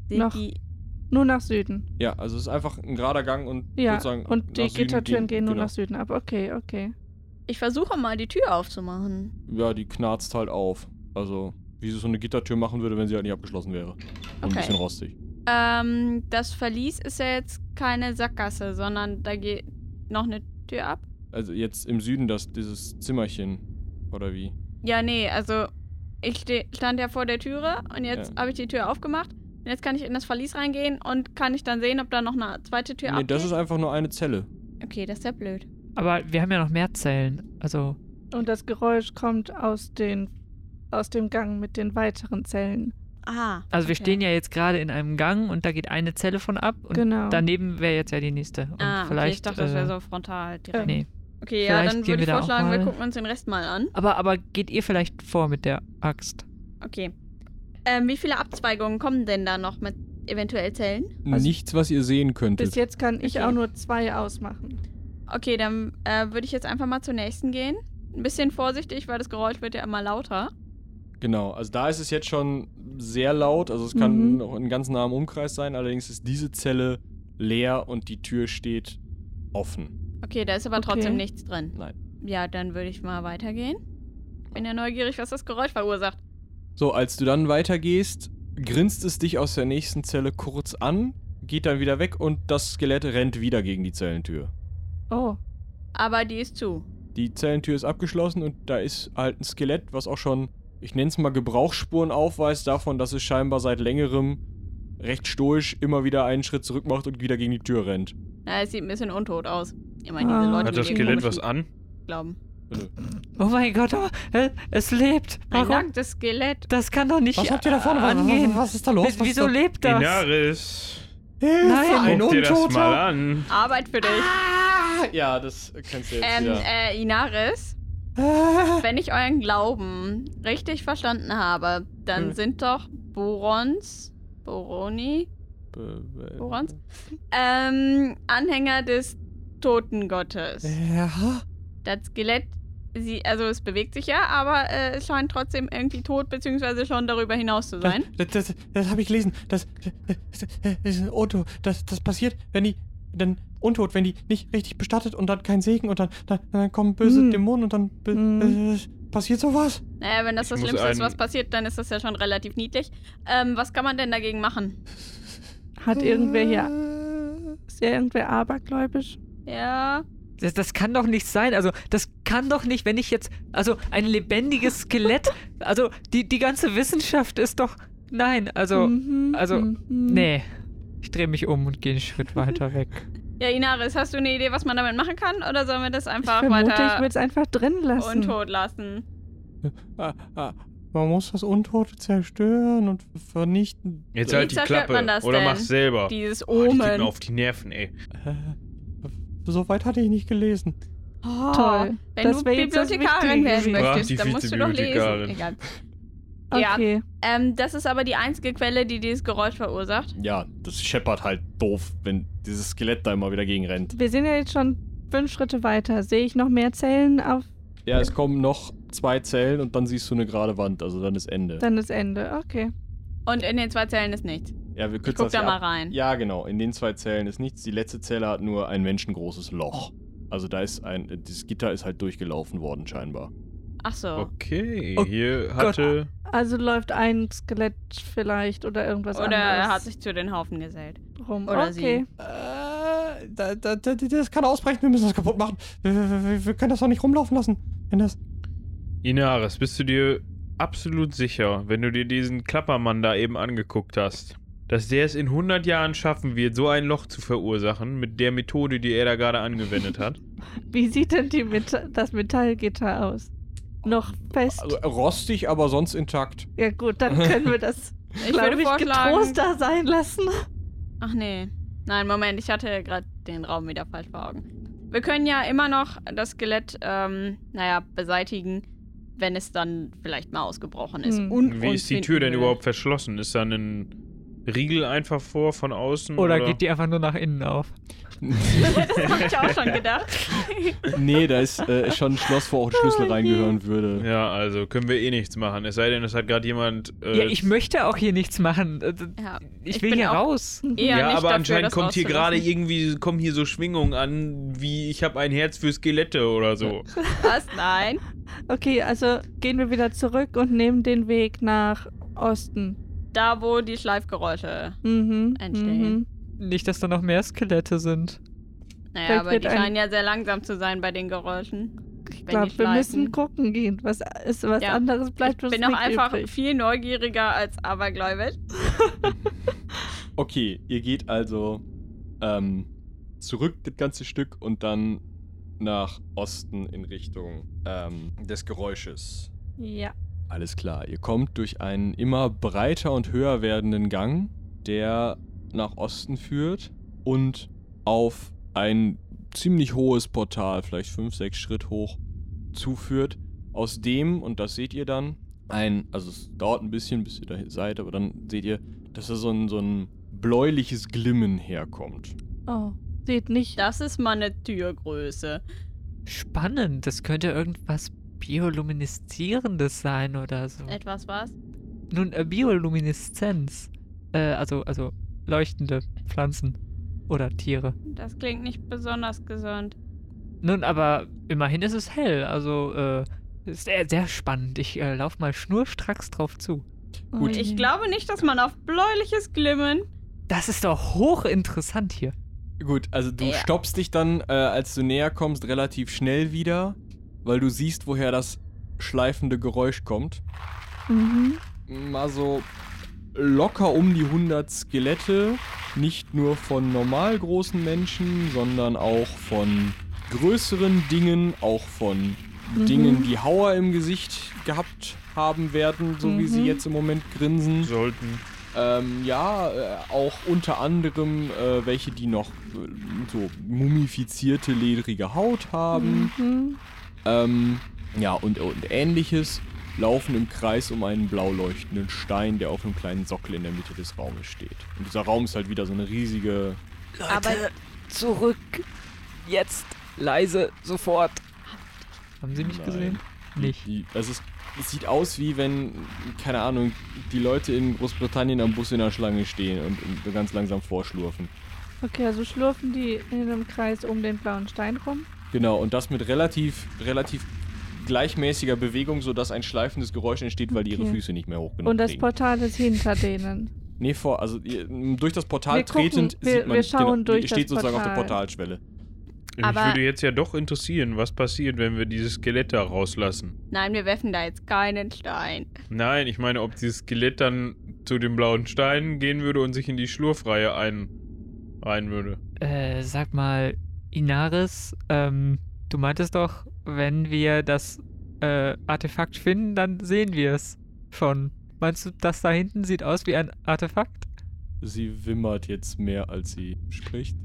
Sind
Noch.
die-
Nur nach Süden.
Ja, also es ist einfach ein gerader Gang und
Ja,
sozusagen
und die
nach Süden
Gittertüren gehen nur
genau.
nach Süden ab. Okay, okay.
Ich versuche mal, die Tür aufzumachen.
ja, die knarzt halt auf. Also, wie sie so eine Gittertür machen würde, wenn sie halt nicht abgeschlossen wäre. Und ein
Okay.
bisschen rostig.
Ähm, das Verlies ist ja jetzt keine Sackgasse, sondern da geht noch eine Tür ab.
Also jetzt im Süden das, dieses Zimmerchen, oder wie?
Ja, nee, also ich ste- stand ja vor der Türe und jetzt
Ja.
habe ich die Tür aufgemacht. Und jetzt kann ich in das Verlies reingehen und kann ich dann sehen, ob da noch eine zweite Tür
nee,
abgeht.
das ist einfach nur eine Zelle.
okay, das ist ja blöd.
Aber wir haben ja noch mehr Zellen. Also,
Und das Geräusch kommt aus, den, aus dem Gang mit den weiteren Zellen.
Ah.
also wir
okay.
stehen ja jetzt gerade in einem Gang und da geht eine Zelle von ab und
Genau.
daneben wäre jetzt ja die nächste. Und
Ah, okay,
vielleicht,
ich dachte, das wäre
äh,
so frontal direkt.
Nee.
Okay, ja,
vielleicht
dann
gehen
würde
wir
ich
da auch
vorschlagen, wir
mal-
gucken uns den Rest mal an.
Aber, aber geht ihr vielleicht vor mit der Axt?
Okay. Ähm, wie viele Abzweigungen kommen denn da noch mit eventuell Zellen?
Also-
Nichts, was ihr sehen
Bis
könntet.
jetzt kann ich
Okay.
auch nur zwei ausmachen.
Okay, dann äh, würde ich jetzt einfach mal zur nächsten gehen. Ein bisschen vorsichtig, weil das Geräusch wird ja immer lauter.
Genau, also da ist es jetzt schon sehr laut. Also es kann
Mhm.
noch in ganz nahem Umkreis sein. Allerdings ist diese Zelle leer und die Tür steht offen.
Okay, da ist aber
Okay.
trotzdem nichts drin.
Nein.
Ja, dann würde ich mal weitergehen. Bin ja neugierig, was das Geräusch verursacht.
So, als du dann weitergehst, grinst es dich aus der nächsten Zelle kurz an, geht dann wieder weg und das Skelett rennt wieder gegen die Zellentür.
Oh,
Aber die ist zu.
Die Zellentür ist abgeschlossen und da ist halt ein Skelett, was auch schon, ich nenne es mal Gebrauchsspuren aufweist davon, dass es scheinbar seit längerem recht stoisch immer wieder einen Schritt zurück macht und wieder gegen die Tür rennt.
Na, es sieht ein bisschen untot aus. Ich meine, diese
Ah.
Leute,
Hat das
die
Skelett
komischen
was an?
glauben.
Oh mein Gott, oh, äh, es lebt.
Ein
Warum?
nacktes Skelett.
Das kann doch nicht angehen.
Was ist da los?
Wie- Wieso lebt das?
Inaris,
Nein.
guck
Ein
dir das
Untoter?
mal an.
Arbeit für dich.
(laughs) Ja, das kannst du jetzt
Ähm,
wieder.
äh, Inaris,
Ähm,
wenn ich euren Glauben richtig verstanden habe, dann
Hm.
sind doch Borons, Boroni,
(laughs)
Borons, ähm, Anhänger des Totengottes.
Äh. Ja.
Das Skelett, sie, also es bewegt sich ja, aber äh, es scheint trotzdem irgendwie tot, beziehungsweise schon darüber hinaus zu
(laughs)
sein.
Das, das, das habe ich gelesen. Das, das, das ist ein Otto. Das, das passiert, wenn die dann untot, wenn die nicht richtig bestattet und dann kein Segen und dann, dann, dann kommen böse
Hm.
Dämonen und dann be-
Hm.
äh, passiert sowas.
Naja, wenn das
Ich
das
muss
Schlimmste ist,
einen-
was passiert, dann ist das ja schon relativ niedlich. Ähm, was kann man denn dagegen machen?
hat irgendwer hier.
Äh.
Ist ja irgendwer abergläubisch?
Ja,
Das, das kann doch nicht sein. Also, das kann doch nicht, wenn ich jetzt. Also, ein lebendiges Skelett. Also, die, die ganze Wissenschaft ist doch. Nein, also,
Mhm,
also, nee. Ich drehe mich um und gehe einen Schritt weiter weg. (laughs)
Ja, Inaris, hast du eine Idee, was man damit machen kann? Oder sollen wir das einfach
vermute,
weiter
ich würde es einfach drin lassen.
untot lassen?
Man muss das Untote zerstören und vernichten.
Jetzt
Wie
halt die
zerstört
Klappe.
man das
oder
denn?
mach's selber.
Dieses
Oh, die geht
Omen.
mir auf die Nerven, ey.
So weit hatte ich nicht gelesen.
Oh,
Toll.
Wenn
Das
du
wär jetzt das
Bibliothekarin werden
Wichtige gewesen.
Ach, die
möchtest, dann musst du doch lesen.
Vizebibliothekarin.
Egal. Ja,
Okay.
ähm, das ist aber die einzige Quelle, die dieses Geräusch verursacht.
Ja, das scheppert halt doof, wenn dieses Skelett da immer wieder gegenrennt.
Wir sind ja jetzt schon fünf Schritte weiter. Sehe ich noch mehr Zellen auf?
Ja, es kommen noch zwei Zellen und dann siehst du eine gerade Wand, also dann ist Ende.
Dann ist Ende. Okay.
Und in den zwei Zellen ist nichts.
ja, wir
Ich
kürzen
guck
das
da
ja
mal
ab.
rein.
Ja, genau. In den zwei Zellen ist nichts. Die letzte Zelle hat nur ein menschengroßes Loch. Also da ist ein, äh, dieses Gitter ist halt durchgelaufen worden scheinbar.
Ach so.
Okay,
Oh
hier
Gott.
hatte.
Also läuft ein Skelett vielleicht oder irgendwas
Oder
anderes
er hat sich zu den Haufen gesellt.
rum.
oder sie.
okay.
Äh, da, da, da, das kann ausbrechen, wir müssen das kaputt machen. Wir, wir, wir- wir können das doch nicht rumlaufen lassen. Wenn das.
Inaris, bist du dir absolut sicher, wenn du dir diesen Klappermann da eben angeguckt hast, dass der es in 100 Jahren schaffen wird, so ein Loch zu verursachen, mit der Methode, die er da gerade angewendet hat?
Wie sieht denn die Met das Metallgitter aus? Noch fest?
Also rostig, aber sonst intakt.
ja gut, dann können wir das,
(laughs) Ich
glaube
würde
ich,
vorschlagen.
getrost da sein lassen.
Ach nee. Nein, Moment, ich hatte gerade den Raum wieder falsch vor Augen. Wir können ja immer noch das Skelett, ähm, naja, beseitigen, wenn es dann vielleicht mal ausgebrochen ist.
Hm.
(laughs) Und
Wie
uns
ist die
finden
Tür denn
würde.
überhaupt verschlossen? Ist da ein Riegel einfach vor von außen?
Oder geht die einfach nur nach innen auf?
(laughs) Das habe ich auch
(laughs)
schon gedacht.
(laughs) Nee, da ist äh, schon ein Schloss, wo auch ein Schlüssel reingehören würde.
Ja, also können wir eh nichts machen. Es sei denn, es hat gerade jemand. Äh,
Ja, ich möchte auch hier nichts machen. Äh, d-
Ja,
Ich
ich
will
bin
hier
auch-
raus.
Eher
ja,
nicht
aber
dafür,
anscheinend
das
kommt hier gerade
rauszulassen.
irgendwie kommen hier so Schwingungen an, wie ich habe ein Herz für Skelette oder so.
Was? Nein.
Okay, also gehen wir wieder zurück und nehmen den Weg nach Osten.
Da, wo die Schleifgeräusche.
Mhm.
Einstellen.
Mhm.
Nicht, dass da noch mehr Skelette sind.
Naja,
Vielleicht
aber
wird
die
ein-
scheinen ja sehr langsam zu sein bei den Geräuschen.
Ich
die
glaube, wir
schleifen.
müssen gucken gehen. Was ist was
Ja.
anderes bleibt
ich
uns
bin auch
nicht
einfach
übrig.
viel neugieriger als abergläubig.
Okay, ihr geht also ähm, zurück das ganze Stück und dann nach Osten in Richtung ähm, des Geräusches.
Ja.
Alles klar, ihr kommt durch einen immer breiter und höher werdenden Gang, der nach Osten führt und auf ein ziemlich hohes Portal, vielleicht 5, 6 Schritt hoch, zuführt, aus dem, und das seht ihr dann, ein, also es dauert ein bisschen, bis ihr da seid, aber dann seht ihr, dass da so ein, so ein bläuliches Glimmen herkommt.
Oh, seht nicht.
Das ist mal eine Türgröße.
Spannend. Das könnte irgendwas biolumineszierendes sein oder so.
Etwas was?
Nun, äh, Biolumineszenz. Äh, also, also leuchtende Pflanzen oder Tiere.
Das klingt nicht besonders gesund.
Nun, aber immerhin ist es hell. Also, äh, ist sehr, sehr spannend. Ich äh, lauf mal schnurstracks drauf zu.
Gut.
Ich glaube nicht, dass man auf bläuliches Glimmen.
Das ist doch hochinteressant hier.
Gut, also du
Ja.
stoppst dich dann, äh, als du näher kommst, relativ schnell wieder, weil du siehst, woher das schleifende Geräusch kommt.
Mhm.
mal so locker um die 100 Skelette, nicht nur von normal großen Menschen, sondern auch von größeren Dingen, auch von
Mhm.
Dingen, die Hauer im Gesicht gehabt haben werden, so wie sie
Mhm.
jetzt im Moment grinsen.
Sollten.
Ähm, ja, äh, auch unter anderem äh, welche, die noch äh, so mumifizierte, ledrige Haut haben.
Mhm.
Ähm, ja, und, und ähnliches laufen im Kreis um einen blau leuchtenden Stein, der auf einem kleinen Sockel in der Mitte des Raumes steht. Und dieser Raum ist halt wieder so eine riesige.
Aber zurück. Jetzt. Leise. Sofort. Haben Sie mich
Nein.
gesehen? Nicht.
Die, also es, es sieht aus wie wenn, keine Ahnung, die Leute in Großbritannien am Bus in der Schlange stehen und, und so ganz langsam vorschlurfen.
Okay, also schlurfen die in einem Kreis um den blauen Stein rum.
Genau, und das mit relativ, relativ gleichmäßiger Bewegung, sodass ein schleifendes Geräusch entsteht, weil die ihre
Okay.
Füße nicht mehr hoch genug
Und das
kriegen.
Portal ist hinter denen.
Nee, vor, also ihr- durch das Portal
Wir gucken,
tretend
wir-
sieht man,
wir schauen
die
durch
steht
das
sozusagen auf der
Portal.
Portalschwelle.
Aber-
Mich würde jetzt ja doch interessieren, was passiert, wenn wir dieses Skelett da rauslassen.
Nein, wir werfen da jetzt keinen Stein.
Nein, ich meine, ob dieses Skelett dann zu dem blauen Stein gehen würde und sich in die Schlurfreihe ein, ein würde.
Äh, sag mal, Inaris, ähm, du meintest doch, wenn wir das äh, Artefakt finden, dann sehen wir es schon. Meinst du, das da hinten sieht aus wie ein Artefakt?
Sie wimmert jetzt mehr, als sie spricht.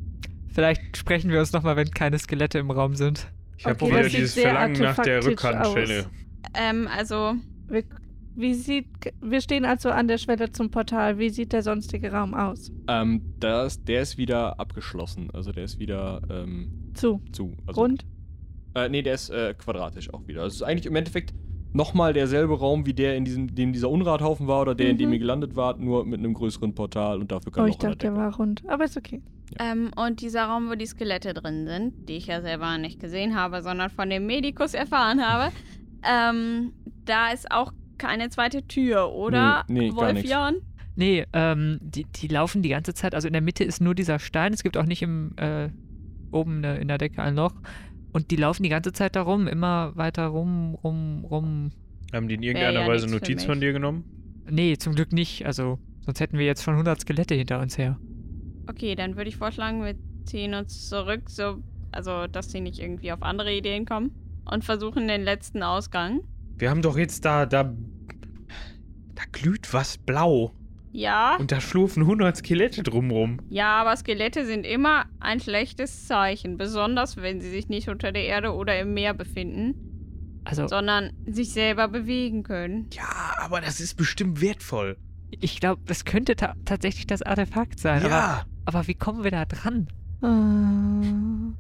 Vielleicht sprechen wir uns nochmal, wenn keine Skelette im Raum sind.
Ich habe
Okay,
wieder
das sieht
dieses
sehr
Verlangen nach der
artefaktisch
Rückhandschelle.
aus.
Ähm, also,
Wir, wie sieht, wir stehen also an der Schwelle zum Portal. Wie sieht der sonstige Raum aus?
Ähm, das, der ist wieder abgeschlossen. Also der ist wieder ähm,
Zu.
zu. Also,
Rund?
Äh, nee, der ist äh, quadratisch auch wieder. Also es ist eigentlich im Endeffekt nochmal derselbe Raum wie der, in diesem, dem dieser Unrathaufen war oder der, in dem
Mhm.
ihr gelandet wart, nur mit einem größeren Portal und dafür kann
Oh,
noch
ich
einer
dachte, der war rund. Aber ist okay.
ähm, und dieser Raum, wo die Skelette drin sind, die ich ja selber nicht gesehen habe, sondern von dem Medikus erfahren
(laughs)
habe, ähm, da ist auch keine zweite Tür, oder?
Nee, nee, gar nix.
Wolfion?
Nee, ähm, die, die laufen die ganze Zeit. Also in der Mitte ist nur dieser Stein. Es gibt auch nicht im, äh, oben ne, in der Decke ein Loch. Und die laufen die ganze Zeit da rum, immer weiter rum, rum, rum.
Haben die in irgendeiner
ja
Weise
nix für
Notiz
mich.
von dir genommen?
Nee, zum Glück nicht. Also, sonst hätten wir jetzt schon 100 Skelette hinter uns her.
Okay, dann würde ich vorschlagen, wir ziehen uns zurück, so, also, dass sie nicht irgendwie auf andere Ideen kommen. Und versuchen den letzten Ausgang.
Wir haben doch jetzt da, da, da glüht was blau.
Ja,
Und da schlurfen 100 Skelette drumrum.
ja, aber Skelette sind immer ein schlechtes Zeichen. Besonders, wenn sie sich nicht unter der Erde oder im Meer befinden,
Also,
sondern sich selber bewegen können.
Ja, aber das ist bestimmt wertvoll.
ich glaube, das könnte ta tatsächlich das Artefakt sein. Aber,
Ja.
aber wie kommen wir da dran?
Ah.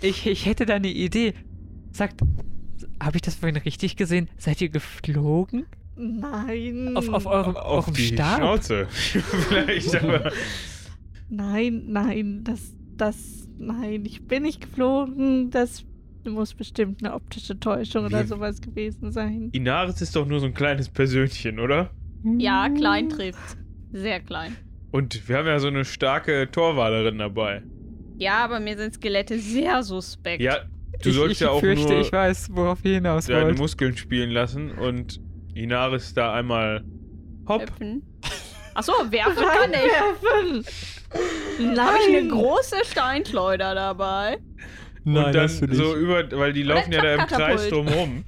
Ich, ich hätte da eine Idee. Sagt, habe ich das vorhin richtig gesehen? Seid ihr geflogen?
Nein.
Auf, auf eurem,
Auf
eurem
die
Stab?
Schnauze. (laughs) Vielleicht, aber.
Nein, nein, das, das, nein, ich bin nicht geflogen. Das muss bestimmt eine optische Täuschung oder
Wir-
sowas gewesen sein.
Inaris ist doch nur so ein kleines Persönchen, oder?
Ja, klein trifft. Sehr klein.
Und wir haben ja so eine starke Torwalerin dabei.
Ja, aber mir sind Skelette sehr suspekt.
Ja, du
ich,
sollst
ich
ja auch
fürchte,
nur
ich weiß, worauf ihr hinaus
deine
wollt.
Muskeln spielen lassen und Inaris da einmal
Äh,
hopp.
Hüpfen. Achso, werfen kann ich. Habe ich eine
Nein.
große Steinschleuder dabei?
und dann so über, weil die laufen ja da im
Zappkatapult.
Kreis
(laughs)
drumrum.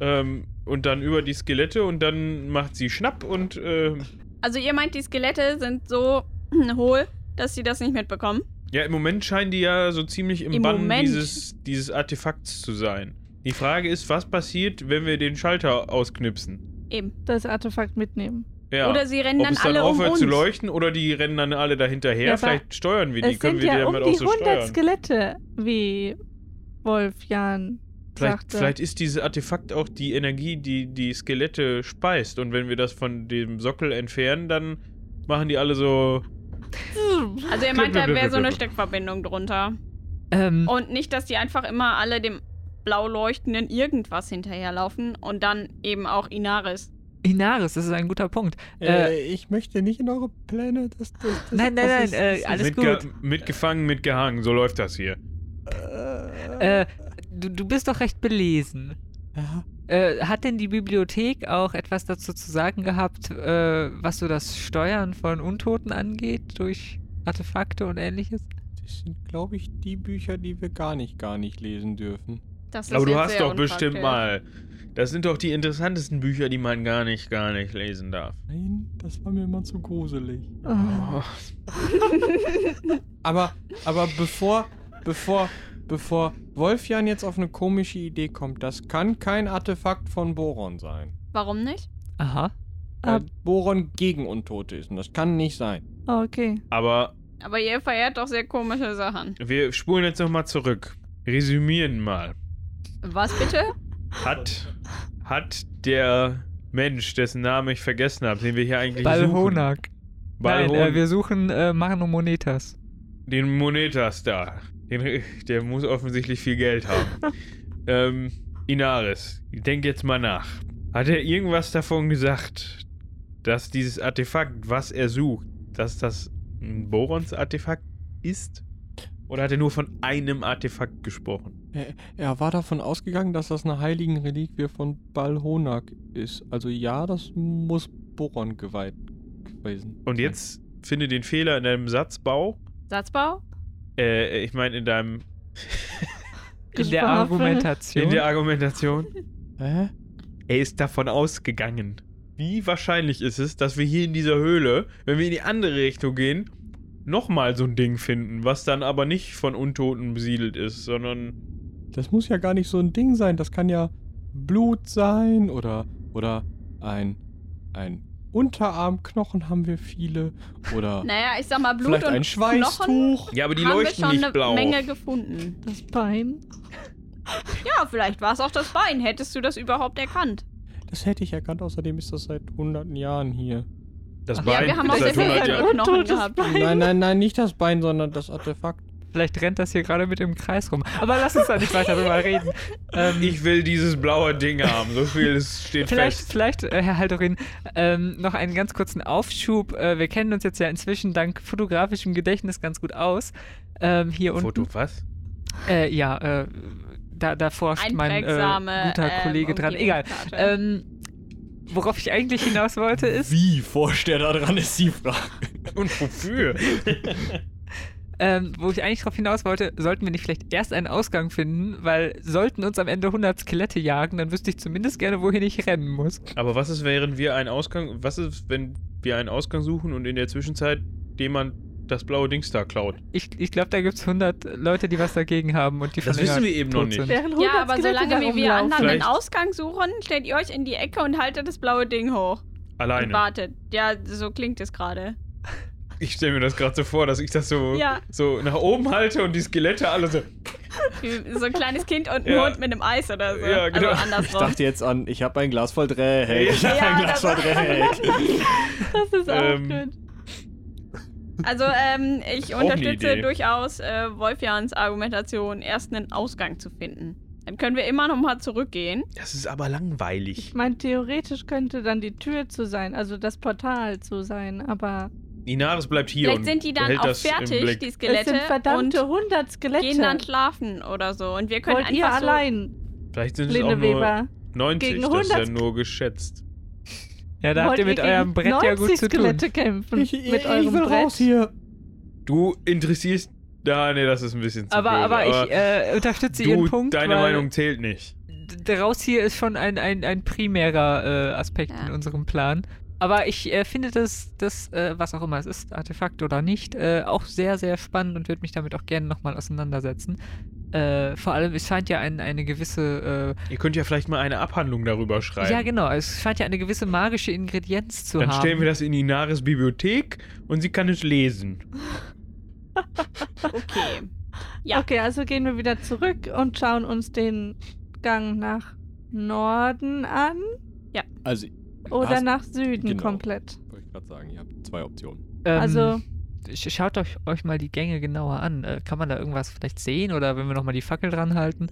ähm, und dann über die Skelette und dann macht sie Schnapp und äh,
Also ihr meint, die Skelette sind so (clears throat) hohl, dass sie das nicht mitbekommen?
ja, im Moment scheinen die ja so ziemlich im,
Im
Bann
Moment.
dieses, dieses Artefakts zu sein. Die Frage ist, was passiert, wenn wir den Schalter ausknipsen?
Eben.
Das Artefakt mitnehmen.
Ja.
Oder sie rennen
Ob
dann
es dann
alle um
aufhört
uns.
zu leuchten oder die rennen dann alle dahinterher.
Ja, aber
Vielleicht steuern wir die,
es
können
sind
wir die
ja um
damit
die
auch so
100
steuern.
Skelette, wie Wolfjan
Vielleicht,
sagte.
vielleicht ist dieses Artefakt auch die Energie, die die Skelette speist. Und wenn wir das von dem Sockel entfernen, dann machen die alle so.
Also ihr meint, da wäre
(laughs)
so eine Steckverbindung drunter.
Ähm,
Und nicht, dass die einfach immer alle dem blau leuchtenden irgendwas hinterherlaufen und dann eben auch Inaris.
Inaris, das ist ein guter Punkt. Äh,
Äh, ich möchte nicht in eure Pläne. Das, das, das,
nein, nein, nein,
das
äh, alles
mitge
gut.
Mitgefangen, mitgehangen. So läuft das hier.
Äh, du, du bist doch recht belesen.
Ja.
Äh, hat denn die Bibliothek auch etwas dazu zu sagen gehabt, äh, was so das Steuern von Untoten angeht, durch Artefakte und ähnliches?
das sind, glaube ich, die Bücher, die wir gar nicht, gar nicht lesen dürfen.
Das ist
Aber du
jetzt
hast
sehr
doch bestimmt
unpraktisch.
mal. Das sind doch die interessantesten Bücher, die man gar nicht, gar nicht lesen darf.
Nein, das war mir immer zu gruselig.
Ah.
Aber, aber bevor, bevor, bevor Wolfjan jetzt auf eine komische Idee kommt, das kann kein Artefakt von Boron sein.
Warum nicht?
Aha.
Weil
Ab-
Boron gegen Untote ist und das kann nicht sein.
Oh, Okay.
Aber
Aber ihr verehrt doch sehr komische Sachen.
wir spulen jetzt nochmal zurück. Resümieren mal.
Was bitte?
Hat, hat der Mensch, dessen Name ich vergessen habe, den wir hier eigentlich suchen,
Balhonak. Nein,
Balhon-
äh, wir suchen äh, Magno Monetas.
den Monetas da. Den, der muss offensichtlich viel Geld
(laughs)
haben. ähm, Inaris, denk jetzt mal nach. Hat er irgendwas davon gesagt, dass dieses Artefakt, was er sucht, dass das ein Borons-Artefakt ist? Oder hat er nur von einem Artefakt gesprochen?
Er, er war davon ausgegangen, dass das eine heiligen Reliquie von Balhonak ist. Also ja, das muss Boron geweiht gewesen.
Und jetzt finde den Fehler in deinem Satzbau.
Satzbau?
Äh, ich meine in deinem.
In der Argumentation.
In der Argumentation. Hä? Er ist davon ausgegangen. Wie wahrscheinlich ist es, dass wir hier in dieser Höhle, wenn wir in die andere Richtung gehen, nochmal so ein Ding finden, was dann aber nicht von Untoten besiedelt ist, sondern.
Das muss ja gar nicht so ein Ding sein. Das kann ja Blut sein oder oder ein ein Unterarmknochen haben wir viele
(laughs)
oder
Naja, ich sag mal, Blut
Vielleicht
und
ein Schweißtuch?
Knochen
Ja, aber die
haben
leuchten
wir schon
nicht
eine
blau.
Menge gefunden.
Das Bein?
Ja, vielleicht war es auch das Bein. Hättest du das überhaupt erkannt?
das hätte ich erkannt. Außerdem ist das seit hunderten Jahren hier.
Das
Ja,
Bein
wir haben auch sehr
seit 100
viele
Jahren.
Knochen
Untotes
gehabt.
Nein, nein, nein, nicht das Bein, sondern das Artefakt.
Vielleicht rennt das hier gerade mit im Kreis rum. Aber lass uns da nicht weiter drüber reden. Ähm,
Ich will dieses blaue Ding haben. So viel ist, steht
Vielleicht,
fest.
vielleicht äh, Herr Haldorin, ähm, noch einen ganz kurzen Aufschub. Äh, wir kennen uns jetzt ja inzwischen dank fotografischem Gedächtnis ganz gut aus. Ähm, hier unten.
Foto was?
Äh, ja, äh, da, da forscht mein äh,
Einprägsame,
guter
ähm,
Kollege dran. Egal.
Umgebungskarte.
Ähm, worauf ich eigentlich hinaus wollte ist,
Wie forscht er da dran, ist die Frage.
Und wofür?
ähm, wo ich eigentlich darauf hinaus wollte, sollten wir nicht vielleicht erst einen Ausgang finden, weil sollten uns am Ende 100 Skelette jagen, dann wüsste ich zumindest gerne, wohin ich rennen muss.
Aber was ist, während wir einen Ausgang. Was ist, wenn wir einen Ausgang suchen und in der Zwischenzeit jemand das blaue Dings da klaut?
Ich, ich glaube, da gibt es 100 Leute, die was dagegen haben und die
Das
schon länger
wissen wir eben noch
tot
nicht.
Sind.
Während
Ja,
100
aber
Skelette
solange
da
wie wir
rumlaufen.
anderen den
Vielleicht-
Ausgang suchen, stellt ihr euch in die Ecke und haltet das blaue Ding hoch. Und
Alleine.
wartet. Ja, so klingt es gerade.
Ich stelle mir das gerade so vor, dass ich das so,
Ja.
so nach oben halte und die Skelette alle so.
Wie So ein kleines Kind und ein
Ja.
Hund mit einem Eis oder so.
Ja, genau.
Also andersrum.
Dachte jetzt an, ich habe ein Glas voll Dreck. Ich habe
Ja,
ein Glas
das-
voll Dreck.
Das ist auch
Ähm,
gut.
Also ähm, ich
Auch eine
unterstütze
Idee.
durchaus äh, Wolfjans Argumentation, erst einen Ausgang zu finden. Dann können wir immer noch mal zurückgehen.
Das ist aber langweilig.
Ich meine, theoretisch könnte dann die Tür zu sein, also das Portal zu sein, aber
Inaris bleibt hier
Vielleicht
und
sind die dann
behält
auch
das im
fertig,
Blick.
die
es
Skelette,
sind
und
verdammte 100 Skelette.
gehen dann schlafen oder so. Und wir können
Wollt
einfach
ihr
so
allein,
Vielleicht sind es auch
Lene
nur
Weber?
90,
gegen
das ist ja
100
nur geschätzt.
Ja, da habt
Wollt
ihr mit
gegen
eurem Brett ja gut
90
zu tun.
Skelette kämpfen.
Ich, ich,
mit eurem
ich will
Brett.
raus hier.
Du interessierst. Da, nee, das ist ein bisschen zu
Aber,
böse,
aber ich äh, unterstütze
du,
Ihren Punkt.
deine
weil
Meinung zählt nicht.
d- Daraus hier ist schon ein, ein, ein primärer äh, Aspekt
Ja.
in unserem Plan. Aber ich äh, finde das, das äh, was auch immer es ist, Artefakt oder nicht, äh, auch sehr, sehr spannend und würde mich damit auch gerne nochmal auseinandersetzen. Äh, vor allem, es scheint ja ein, eine gewisse.
Ihr könnt ja vielleicht mal eine Abhandlung darüber
Äh,
schreiben.
ja, genau, es scheint ja eine gewisse magische Ingredienz zu
Dann
haben.
stellen wir das in Inaris Bibliothek und sie kann es lesen.
(laughs)
(laughs)
Okay. Ja.
Okay, also gehen wir wieder zurück und schauen uns den Gang nach Norden an
Also,
oder
Hast-
nach Süden
genau.
komplett.
wollte ich gerade sagen, ihr habt zwei Optionen.
Ähm,
Also-
sch- Schaut euch, euch mal die Gänge genauer an. Äh, kann man da irgendwas vielleicht sehen oder wenn wir nochmal die Fackel dran halten?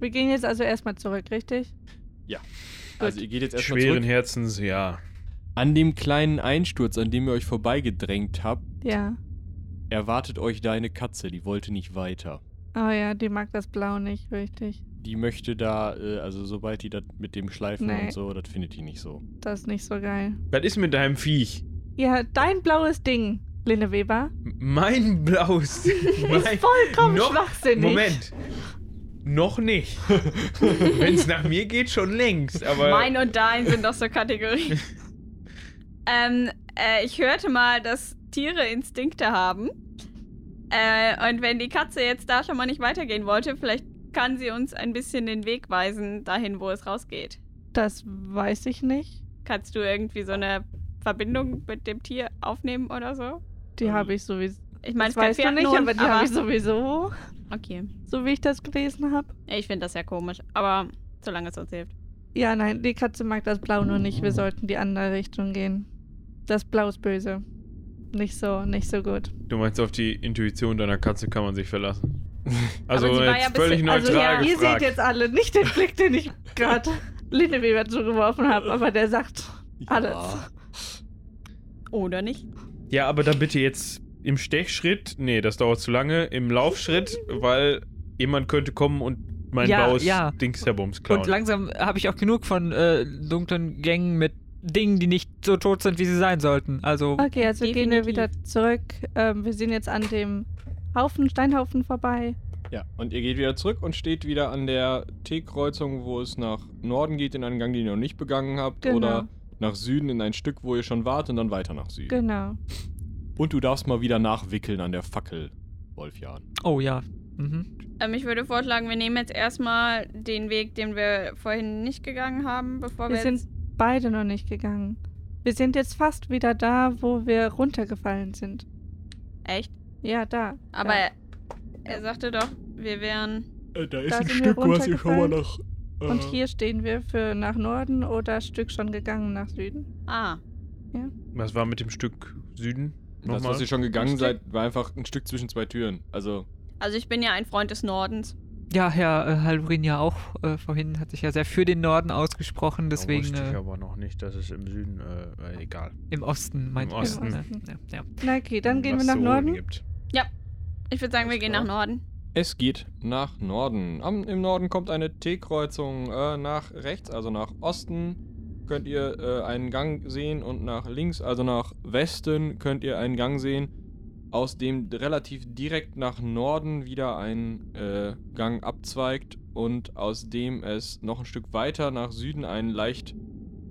Wir gehen jetzt also erstmal zurück, richtig?
Also ihr geht jetzt erstmal
Schweren
zurück.
Herzens, ja.
An dem kleinen Einsturz, an dem ihr euch vorbeigedrängt habt,
Ja.
erwartet euch deine Katze. Die wollte nicht weiter.
Oh ja, die mag das Blau nicht, richtig.
Die möchte da, äh, also sobald die das mit dem Schleifen
Nee.
und so, das findet die nicht so.
Das ist nicht so geil.
Was ist mit deinem Viech?
Ja, dein blaues Ding, Lene Weber.
M- Mein blaues. mein,
Vollkommen
Noch-
schwachsinnig.
Moment. Noch nicht. Wenn es nach mir geht, schon längst. Aber
Mein und dein sind doch
(laughs)
so Kategorien. ähm, äh, ich hörte mal, dass Tiere Instinkte haben. Äh, und wenn die Katze jetzt da schon mal nicht weitergehen wollte, vielleicht kann sie uns ein bisschen den Weg weisen, dahin, wo es rausgeht.
Das weiß ich nicht.
Kannst du irgendwie so eine Verbindung mit dem Tier aufnehmen oder so?
Ähm.
Die habe ich sowieso.
Ich meine, es
das
kann
weißt du
Pferd
nicht,
Hund,
aber die habe ich sowieso,
Okay.
so wie ich das gelesen habe.
Ja, Ich finde das ja komisch, aber solange es uns hilft.
Ja, nein, die Katze mag das Blau nur nicht. Wir sollten die andere Richtung gehen. Das Blau ist böse. Nicht so, nicht so gut.
du meinst, auf die Intuition deiner Katze kann man sich verlassen. Also
Aber sie war
jetzt
ja
völlig
bisschen-
neutral
also ja,
ihr
gefragt.
seht jetzt alle nicht den Blick, den ich
(laughs)
gerade Lene Weber zugeworfen habe, aber der sagt alles.
Oder nicht?
ja, aber dann bitte jetzt Im Stechschritt, nee, das dauert zu lange. Im Laufschritt, weil jemand könnte kommen und mein
Ja,
blaues
ja.
Dingsherbums klauen.
Und langsam habe ich auch genug von äh, dunklen Gängen mit Dingen, die nicht so tot sind, wie sie sein sollten. Also,
Okay, also gehen wir wieder zurück. Ähm, wir sind jetzt an dem Haufen, Steinhaufen vorbei.
Ja, und ihr geht wieder zurück und steht wieder an der T-Kreuzung, wo es nach Norden geht, in einen Gang, den ihr noch nicht begangen habt,
Genau.
oder nach Süden in ein Stück, wo ihr schon wart, und dann weiter nach Süden.
Genau.
Und du darfst mal wieder nachwickeln an der Fackel, Wolfjan.
oh ja. Mhm.
Ähm, ich würde vorschlagen, wir nehmen jetzt erstmal den Weg, den wir vorhin nicht gegangen haben, bevor wir,
Wir sind
jetzt,
beide noch nicht gegangen. Wir sind jetzt fast wieder da, wo wir runtergefallen sind.
echt.
Ja, da.
Aber
da.
er, er sagte doch, wir wären
da
ist Da ein sind wir Stück, was ihr schon mal äh,
nach.
Und hier stehen wir für nach Norden oder Stück schon gegangen nach Süden.
ah,
Was war mit dem Stück Süden?
Das, was ihr schon gegangen seid, war einfach ein Stück zwischen zwei Türen. Also,
also ich bin ja ein Freund des Nordens.
Ja, Herr äh, Halvorin ja auch. Äh, vorhin hat sich ja sehr für den Norden ausgesprochen, deswegen
wusste ich
äh,
aber noch nicht, dass es im Süden, äh, äh, egal.
im Osten meint
Im
ihr,
Osten.
ne? Ja, ja.
Na okay, dann gehen
was
wir nach
so
Norden.
Gibt.
Ich würde sagen, wir
Alles
gehen
klar.
nach Norden.
es geht nach Norden. Am, Im Norden kommt eine T-Kreuzung. Äh, nach rechts, also nach Osten, könnt ihr äh, einen Gang sehen. Und nach links, also nach Westen, könnt ihr einen Gang sehen, aus dem relativ direkt nach Norden wieder ein äh, Gang abzweigt. Und aus dem es noch ein Stück weiter nach Süden einen leicht,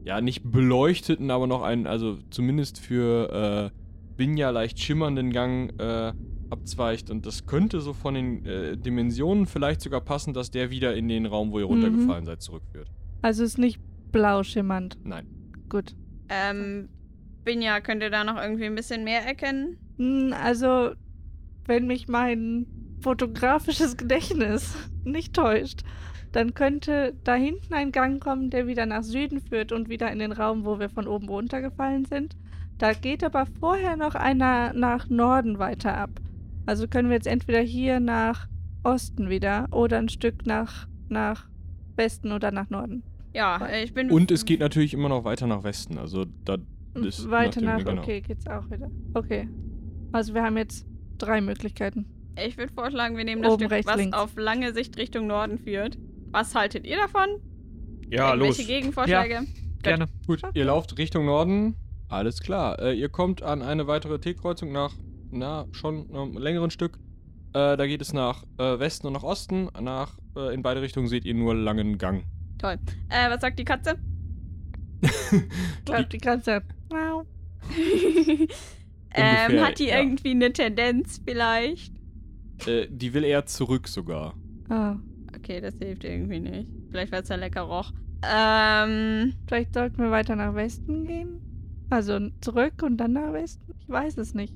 ja, nicht beleuchteten, aber noch einen, also zumindest für äh, Binja leicht schimmernden Gang äh, abzweigt und das könnte so von den äh, Dimensionen vielleicht sogar passen, dass der wieder in den Raum, wo ihr
Mhm.
runtergefallen seid, zurückführt.
Also ist nicht blau schimmernd.
Nein.
Gut.
Ähm, Binja, könnt ihr da noch irgendwie ein bisschen mehr erkennen?
Hm, Also, wenn mich mein fotografisches (laughs) Gedächtnis nicht täuscht, dann könnte da hinten ein Gang kommen, der wieder nach Süden führt und wieder in den Raum, wo wir von oben runtergefallen sind. Da geht aber vorher noch einer nach Norden weiter ab. Also können wir jetzt entweder hier nach Osten wieder oder ein Stück nach, nach Westen oder nach Norden.
Ja, äh, ich bin.
Und es geht natürlich immer noch weiter nach Westen, also da das
weiter
nachdem-
nach,
genau.
okay, geht's auch wieder. Okay. Also wir haben jetzt drei Möglichkeiten.
Ich würde vorschlagen, wir nehmen das
Oben,
Stück,
rechts,
was
links.
auf lange Sicht Richtung Norden führt. Was haltet ihr davon?
Ja,
Irgendwelche
los.
Gegenvorschläge?
Gerne.
Gut, ihr lauft Richtung Norden. Alles klar. Äh, ihr kommt an eine weitere T-Kreuzung nach, na, schon einem längeren Stück. Äh, da geht es nach äh, Westen und nach Osten. Nach, äh, in beide Richtungen seht ihr nur langen Gang.
Äh, was sagt die Katze? (laughs)
Glaubt die ganze. Miau.
ähm, hat die
ja.
irgendwie eine Tendenz vielleicht?
Äh, die will eher zurück sogar.
Ah,
Okay, das hilft irgendwie nicht. Vielleicht, weil es ja lecker roch. Ähm,
vielleicht sollten wir weiter nach Westen gehen. Also zurück und dann nach Westen. Ich weiß es nicht.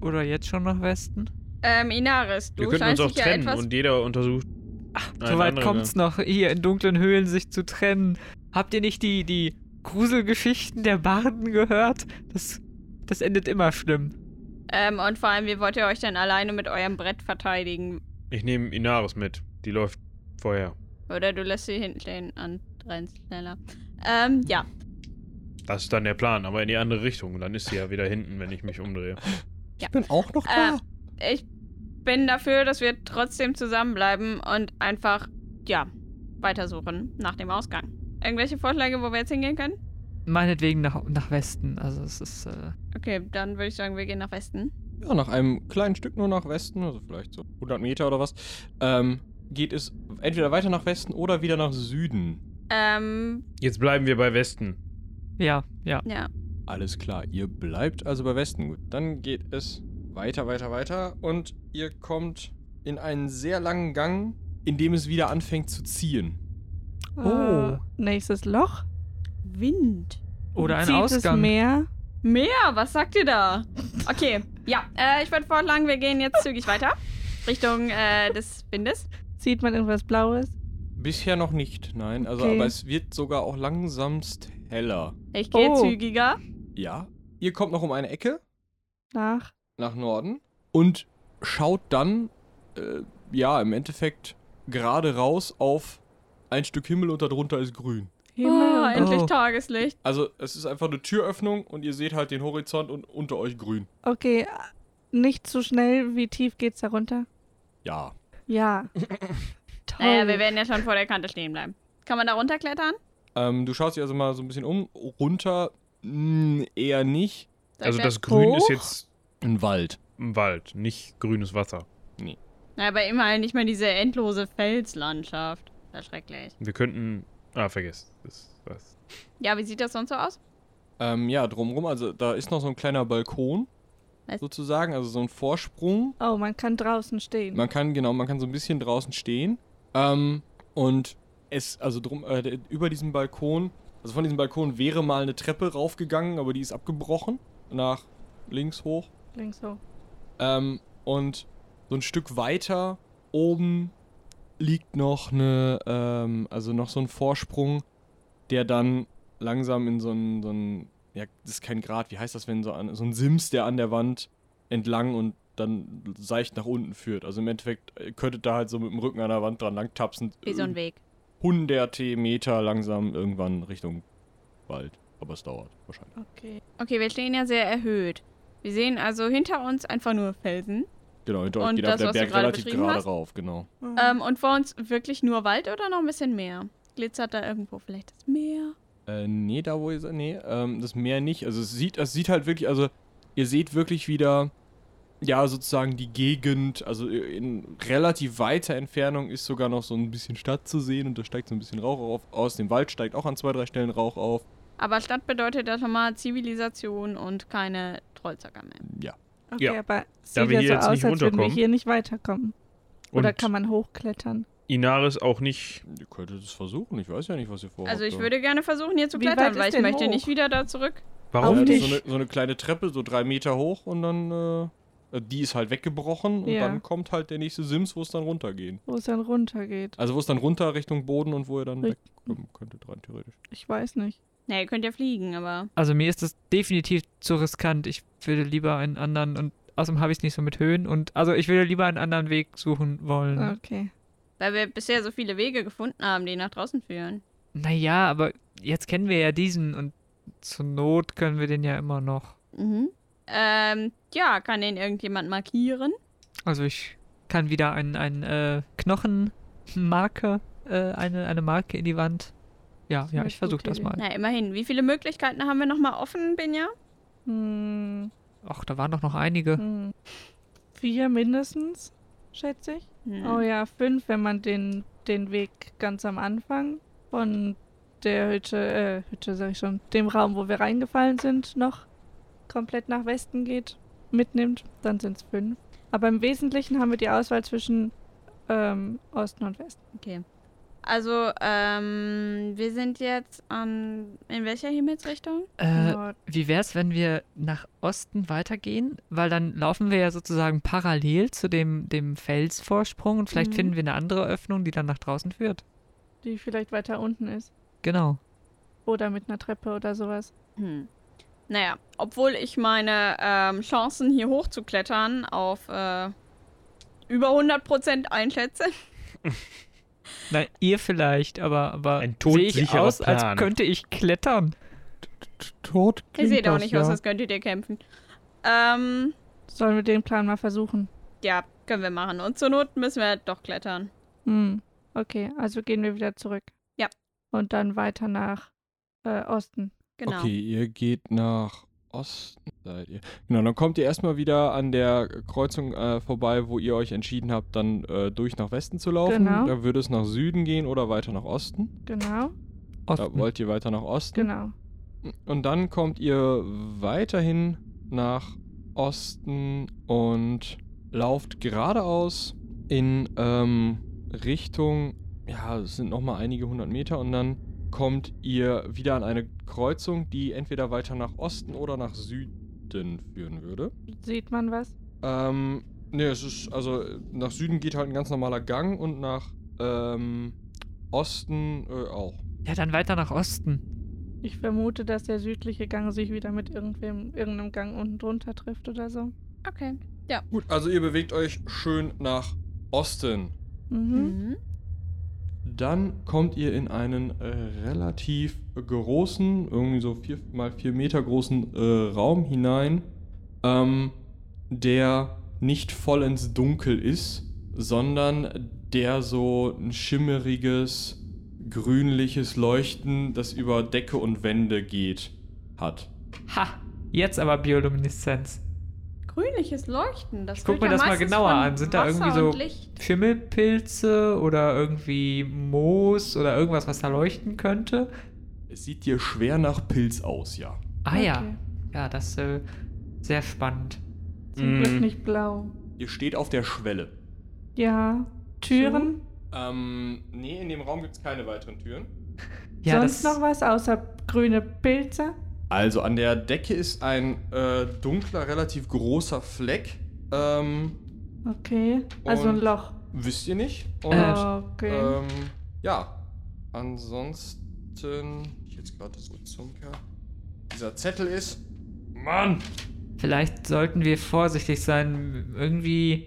Oder jetzt schon nach Westen?
ähm, Inaris, du
Wir könnten uns
scheinst
auch
dich ja
trennen
etwas.
und jeder untersucht.
So
einen
weit
anderen
kommt's noch, hier in dunklen Höhlen sich zu trennen. Habt ihr nicht die, die Gruselgeschichten der Barden gehört? Das, das endet immer schlimm.
ähm, und vor allem, wie wollt ihr euch denn alleine mit eurem Brett verteidigen?
Ich nehme Inaris mit. Die läuft vorher.
Oder du lässt sie hinten an rennst schneller. Ähm, ja.
Das ist dann der Plan, aber in die andere Richtung. Dann ist sie ja wieder hinten, wenn ich mich umdrehe.
bin auch noch
Ähm, ich bin dafür, dass wir trotzdem zusammenbleiben und einfach, ja, weitersuchen nach dem Ausgang. Irgendwelche Vorschläge, wo wir jetzt hingehen können?
Meinetwegen nach, nach Westen. Also es ist. Äh,
Okay, dann würde ich sagen, wir gehen nach Westen.
Ja, nach einem kleinen Stück nur nach Westen, also vielleicht so 100 Meter oder was, ähm, geht es entweder weiter nach Westen oder wieder nach Süden.
Ähm,
Jetzt bleiben wir bei Westen.
ja, ja.
ja.
Alles klar, ihr bleibt also bei Westen. Gut, dann geht es weiter, weiter, weiter und ihr kommt in einen sehr langen Gang, in dem es wieder anfängt zu ziehen.
Oh.
Äh, nächstes Loch.
Wind.
Oder ein
Zieht Es
Ausgang.
Meer.
Meer, was sagt ihr da? Okay, ja, äh, ich würde vorschlagen, wir gehen jetzt zügig weiter. Richtung äh, des Windes.
Sieht man irgendwas Blaues?
Bisher noch nicht, nein, also
Okay.
aber es wird sogar auch langsamst heller.
Ich gehe
Oh.
zügiger.
Ja, ihr kommt noch um eine Ecke
Nach.
nach Norden und schaut dann, äh, ja, im Endeffekt gerade raus auf ein Stück Himmel und darunter ist grün.
Oh,
Himmel.
endlich
Oh.
Tageslicht.
Also es ist einfach eine Türöffnung und ihr seht halt den Horizont und unter euch grün.
Okay, nicht zu schnell. Wie tief geht's da runter?
Ja.
Ja.
(laughs)
Oh.
Toll. Naja, Äh, wir werden ja schon vor der Kante stehen bleiben. Kann man da runterklettern?
Ähm, du schaust dich also mal so ein bisschen um. Runter mh, eher nicht.
Soll
Also
ich
das
da-
Grün ist
Hoch?
jetzt
ein Wald.
Ein Wald, nicht grünes Wasser.
Nee.
Na, aber immerhin nicht mehr diese endlose Felslandschaft. Das ist schrecklich.
Wir könnten. Ah, vergiss. Das, das.
Ja, wie sieht das sonst so aus?
Ähm, ja, drumrum, also da ist noch so ein kleiner Balkon
Was?
sozusagen, also so ein Vorsprung.
Oh, man kann draußen stehen.
Man kann, genau, man kann so ein bisschen draußen stehen. Ähm, und es, also drum, äh, der- über diesem Balkon, also von diesem Balkon wäre mal eine Treppe raufgegangen, aber die ist abgebrochen. Nach links hoch.
Links hoch.
Ähm, und so ein Stück weiter oben liegt noch eine, ähm, also noch so ein Vorsprung, der dann langsam in so ein, so ein, ja, das ist kein Grat, wie heißt das, wenn so, an, so ein Sims, der an der Wand entlang und dann seicht nach unten führt. Also im Endeffekt äh, könntet da halt so mit dem Rücken an der Wand dran lang tapsen.
Wie
Mm.
so ein Weg.
Hunderte Meter langsam irgendwann Richtung Wald. Aber es dauert wahrscheinlich.
Oh.
Okay.
Okay, wir stehen ja sehr erhöht. Wir sehen also hinter uns einfach nur Felsen.
Genau, hinter euch
Und
geht
das,
auf der
was du
Berg
gerade
relativ
beschrieben
gerade
hast?
rauf, genau.
Mhm.
Ähm, und vor uns wirklich nur Wald oder noch ein bisschen Meer? Glitzert da irgendwo vielleicht das Meer?
Äh, nee, da wo ihr seid, nee, ähm, das Meer nicht. Also es sieht, es sieht halt wirklich, also ihr seht wirklich wieder, ja, sozusagen die Gegend, also in relativ weiter Entfernung ist sogar noch so ein bisschen Stadt zu sehen und da steigt so ein bisschen Rauch auf. Aus dem Wald steigt auch an zwei, drei Stellen Rauch auf.
Aber Stadt bedeutet ja schon mal Zivilisation und keine Trollzacker mehr.
Ja.
Okay,
Ja.
aber es
Da
sieht
wir
ja
hier
so
jetzt
aus,
nicht
als würden wir
runterkommen.
hier nicht weiterkommen. Oder
Und-
kann man hochklettern?
Inaris auch nicht.
Ihr könntet es versuchen, ich weiß ja nicht, was ihr vorhabt. ähm.
Also ich
ja.
würde gerne versuchen, hier zu
Wie weit
klettern,
ist
weil ich
denn
möchte
hoch?
nicht wieder da zurück.
Ja,
Warum
das
nicht?
ist so eine, so eine kleine Treppe, so drei Meter hoch und dann, äh, äh, die ist halt weggebrochen und
Ja.
dann kommt halt der nächste Sims, wo es dann runtergehen.
Wo es dann runtergeht.
Also wo es dann runter Richtung Boden und wo ihr dann
Richt-
wegkommen könntet, rein theoretisch.
Ich weiß nicht.
Na, ihr könnt ja fliegen, aber
Also mir ist das definitiv zu riskant. Ich würde lieber einen anderen und außerdem habe ich es nicht so mit Höhen und also ich würde lieber einen anderen Weg suchen wollen.
Okay.
weil wir bisher so viele Wege gefunden haben, die nach draußen führen.
Naja, aber jetzt kennen wir ja diesen und zur Not können wir den ja immer noch.
Mhm. Ähm, ja, kann den irgendjemand markieren?
Also ich kann wieder einen, einen äh, Knochenmarke, äh, eine, eine Marke in die Wand. Ja,
eine
ja, ich versuche
gute
das mal.
Na, immerhin. Wie viele Möglichkeiten haben wir nochmal offen, Binja?
Hm,
Ach, da waren doch noch einige.
hm. Vier mindestens, schätze ich.
Hm.
Oh ja, fünf, wenn man den, den Weg ganz am Anfang von der Hütte, äh, Hütte sag ich schon, dem Raum, wo wir reingefallen sind, noch komplett nach Westen geht, mitnimmt, dann sind es fünf. Aber im Wesentlichen haben wir die Auswahl zwischen ähm, Osten und Westen.
Okay. Also, ähm, wir sind jetzt an. In welcher Himmelsrichtung?
Äh,
Nord-
wie wär's, wenn wir nach Osten weitergehen? Weil dann laufen wir ja sozusagen parallel zu dem, dem Felsvorsprung und vielleicht
Mhm.
finden wir eine andere Öffnung, die dann nach draußen führt.
die vielleicht weiter unten ist.
Genau.
Oder mit einer Treppe oder sowas.
Hm. Naja, obwohl ich meine ähm, Chancen hier hochzuklettern auf äh, über 100% einschätze. (laughs)
Na, ihr vielleicht, aber, aber
Ein
sehe ich
todsicherer
aus,
Plan.
als könnte ich klettern.
Tot
Ihr seht auch nicht aus, als könntet ihr kämpfen. Ähm,
Sollen wir den Plan mal versuchen?
ja, können wir machen. Und zur Not müssen wir doch klettern.
Hm. Okay, also gehen wir wieder zurück.
Ja.
Und dann weiter nach äh, Osten.
Genau.
Okay, ihr geht nach Osten, seid ihr. Genau, dann kommt ihr erstmal wieder an der Kreuzung äh, vorbei, wo ihr euch entschieden habt, dann äh, durch nach Westen zu laufen.
Genau.
Da würde es nach Süden gehen oder weiter nach Osten.
Genau,
Da wollt ihr weiter nach Osten.
genau.
Und dann kommt ihr weiterhin nach Osten und lauft geradeaus in ähm, Richtung, ja, es sind nochmal einige hundert Meter und dann kommt ihr wieder an eine Kreuzung, die entweder weiter nach Osten oder nach Süden führen würde.
Sieht man was?
Ähm, ne, es ist, also äh, nach Süden geht halt ein ganz normaler Gang und nach ähm, Osten äh, auch.
Ja, dann weiter nach Osten.
Ich vermute, dass der südliche Gang sich wieder mit irgendwem, irgendeinem Gang unten drunter trifft oder so.
Okay.
Gut, also ihr bewegt euch schön nach Osten.
Mhm.
Mhm.
Dann kommt ihr in einen äh, relativ großen, irgendwie so 4 mal 4 Meter großen äh, Raum hinein, ähm, der nicht voll ins Dunkel ist, sondern der so ein schimmeriges, grünliches Leuchten, das über Decke und Wände geht, hat.
Ha, jetzt aber Biolumineszenz.
Grünliches Leuchten, das
Ich guck mir das mal genauer an. Sind da irgendwie so Schimmelpilze oder irgendwie Moos oder irgendwas, was da leuchten könnte?
Es sieht dir schwer nach Pilz aus, ja.
Ah ja. Ja, das ist äh, sehr spannend.
Zum
Mhm.
Glück
Mm.
nicht blau.
Ihr steht auf der Schwelle.
Ja. Türen?
Ähm, nee, in dem Raum gibt es keine weiteren Türen.
Sonst noch was außer grüne Pilze?
Also an der Decke ist ein äh, dunkler, relativ großer Fleck. Ähm,
Okay. Also ein
und
Loch.
Wisst ihr nicht? Und,
äh,
Ah, okay.
ähm, ja. Ansonsten. Ich jetzt gerade so zum Kerl. Dieser Zettel ist. Mann!
Vielleicht sollten wir vorsichtig sein. Irgendwie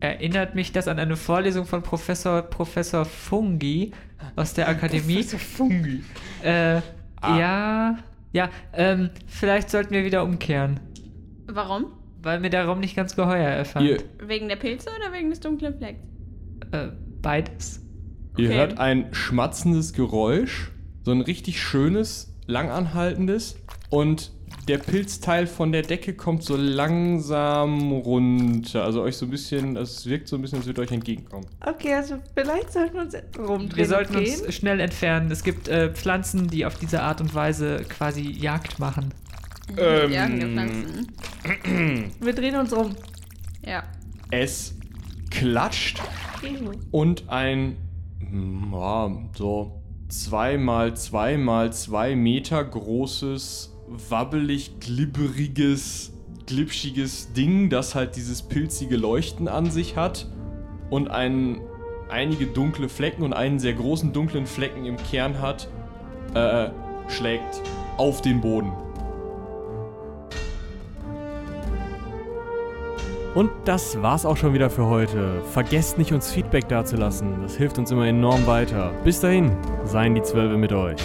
erinnert mich das an eine Vorlesung von Professor Professor Fungi aus der Akademie. Professor
Fungi.
Äh,
Ah.
ja, ja. Ähm, vielleicht sollten wir wieder umkehren,
Warum?
weil mir der Raum nicht ganz geheuer erfand.
Ihr,
Wegen der Pilze oder wegen des dunklen Flecks?
Äh, beides.
ihr
Okay.
hört ein schmatzendes Geräusch. So ein richtig schönes, langanhaltendes. Und der Pilzteil von der Decke kommt so langsam runter. Also euch so ein bisschen. Es wirkt so ein bisschen, als würde euch entgegenkommen.
Okay, also vielleicht sollten wir uns rumdrehen.
Wir sollten
und gehen.
uns schnell entfernen. Es gibt äh, Pflanzen, die auf diese Art und Weise quasi Jagd machen.
Ähm,
Jagende Pflanzen.
Wir drehen uns rum.
Ja.
Es klatscht und ein hm, ja, so zweimal zweimal zwei Meter großes wabbelig glibberiges glitschiges Ding, das halt dieses pilzige Leuchten an sich hat und einen einige dunkle Flecken und einen sehr großen dunklen Flecken im Kern hat, äh, schlägt auf den Boden.
Und das war's auch schon wieder für heute. Vergesst nicht, uns Feedback dazulassen. Das hilft uns immer enorm weiter. Bis dahin, seien die Zwölfe mit euch.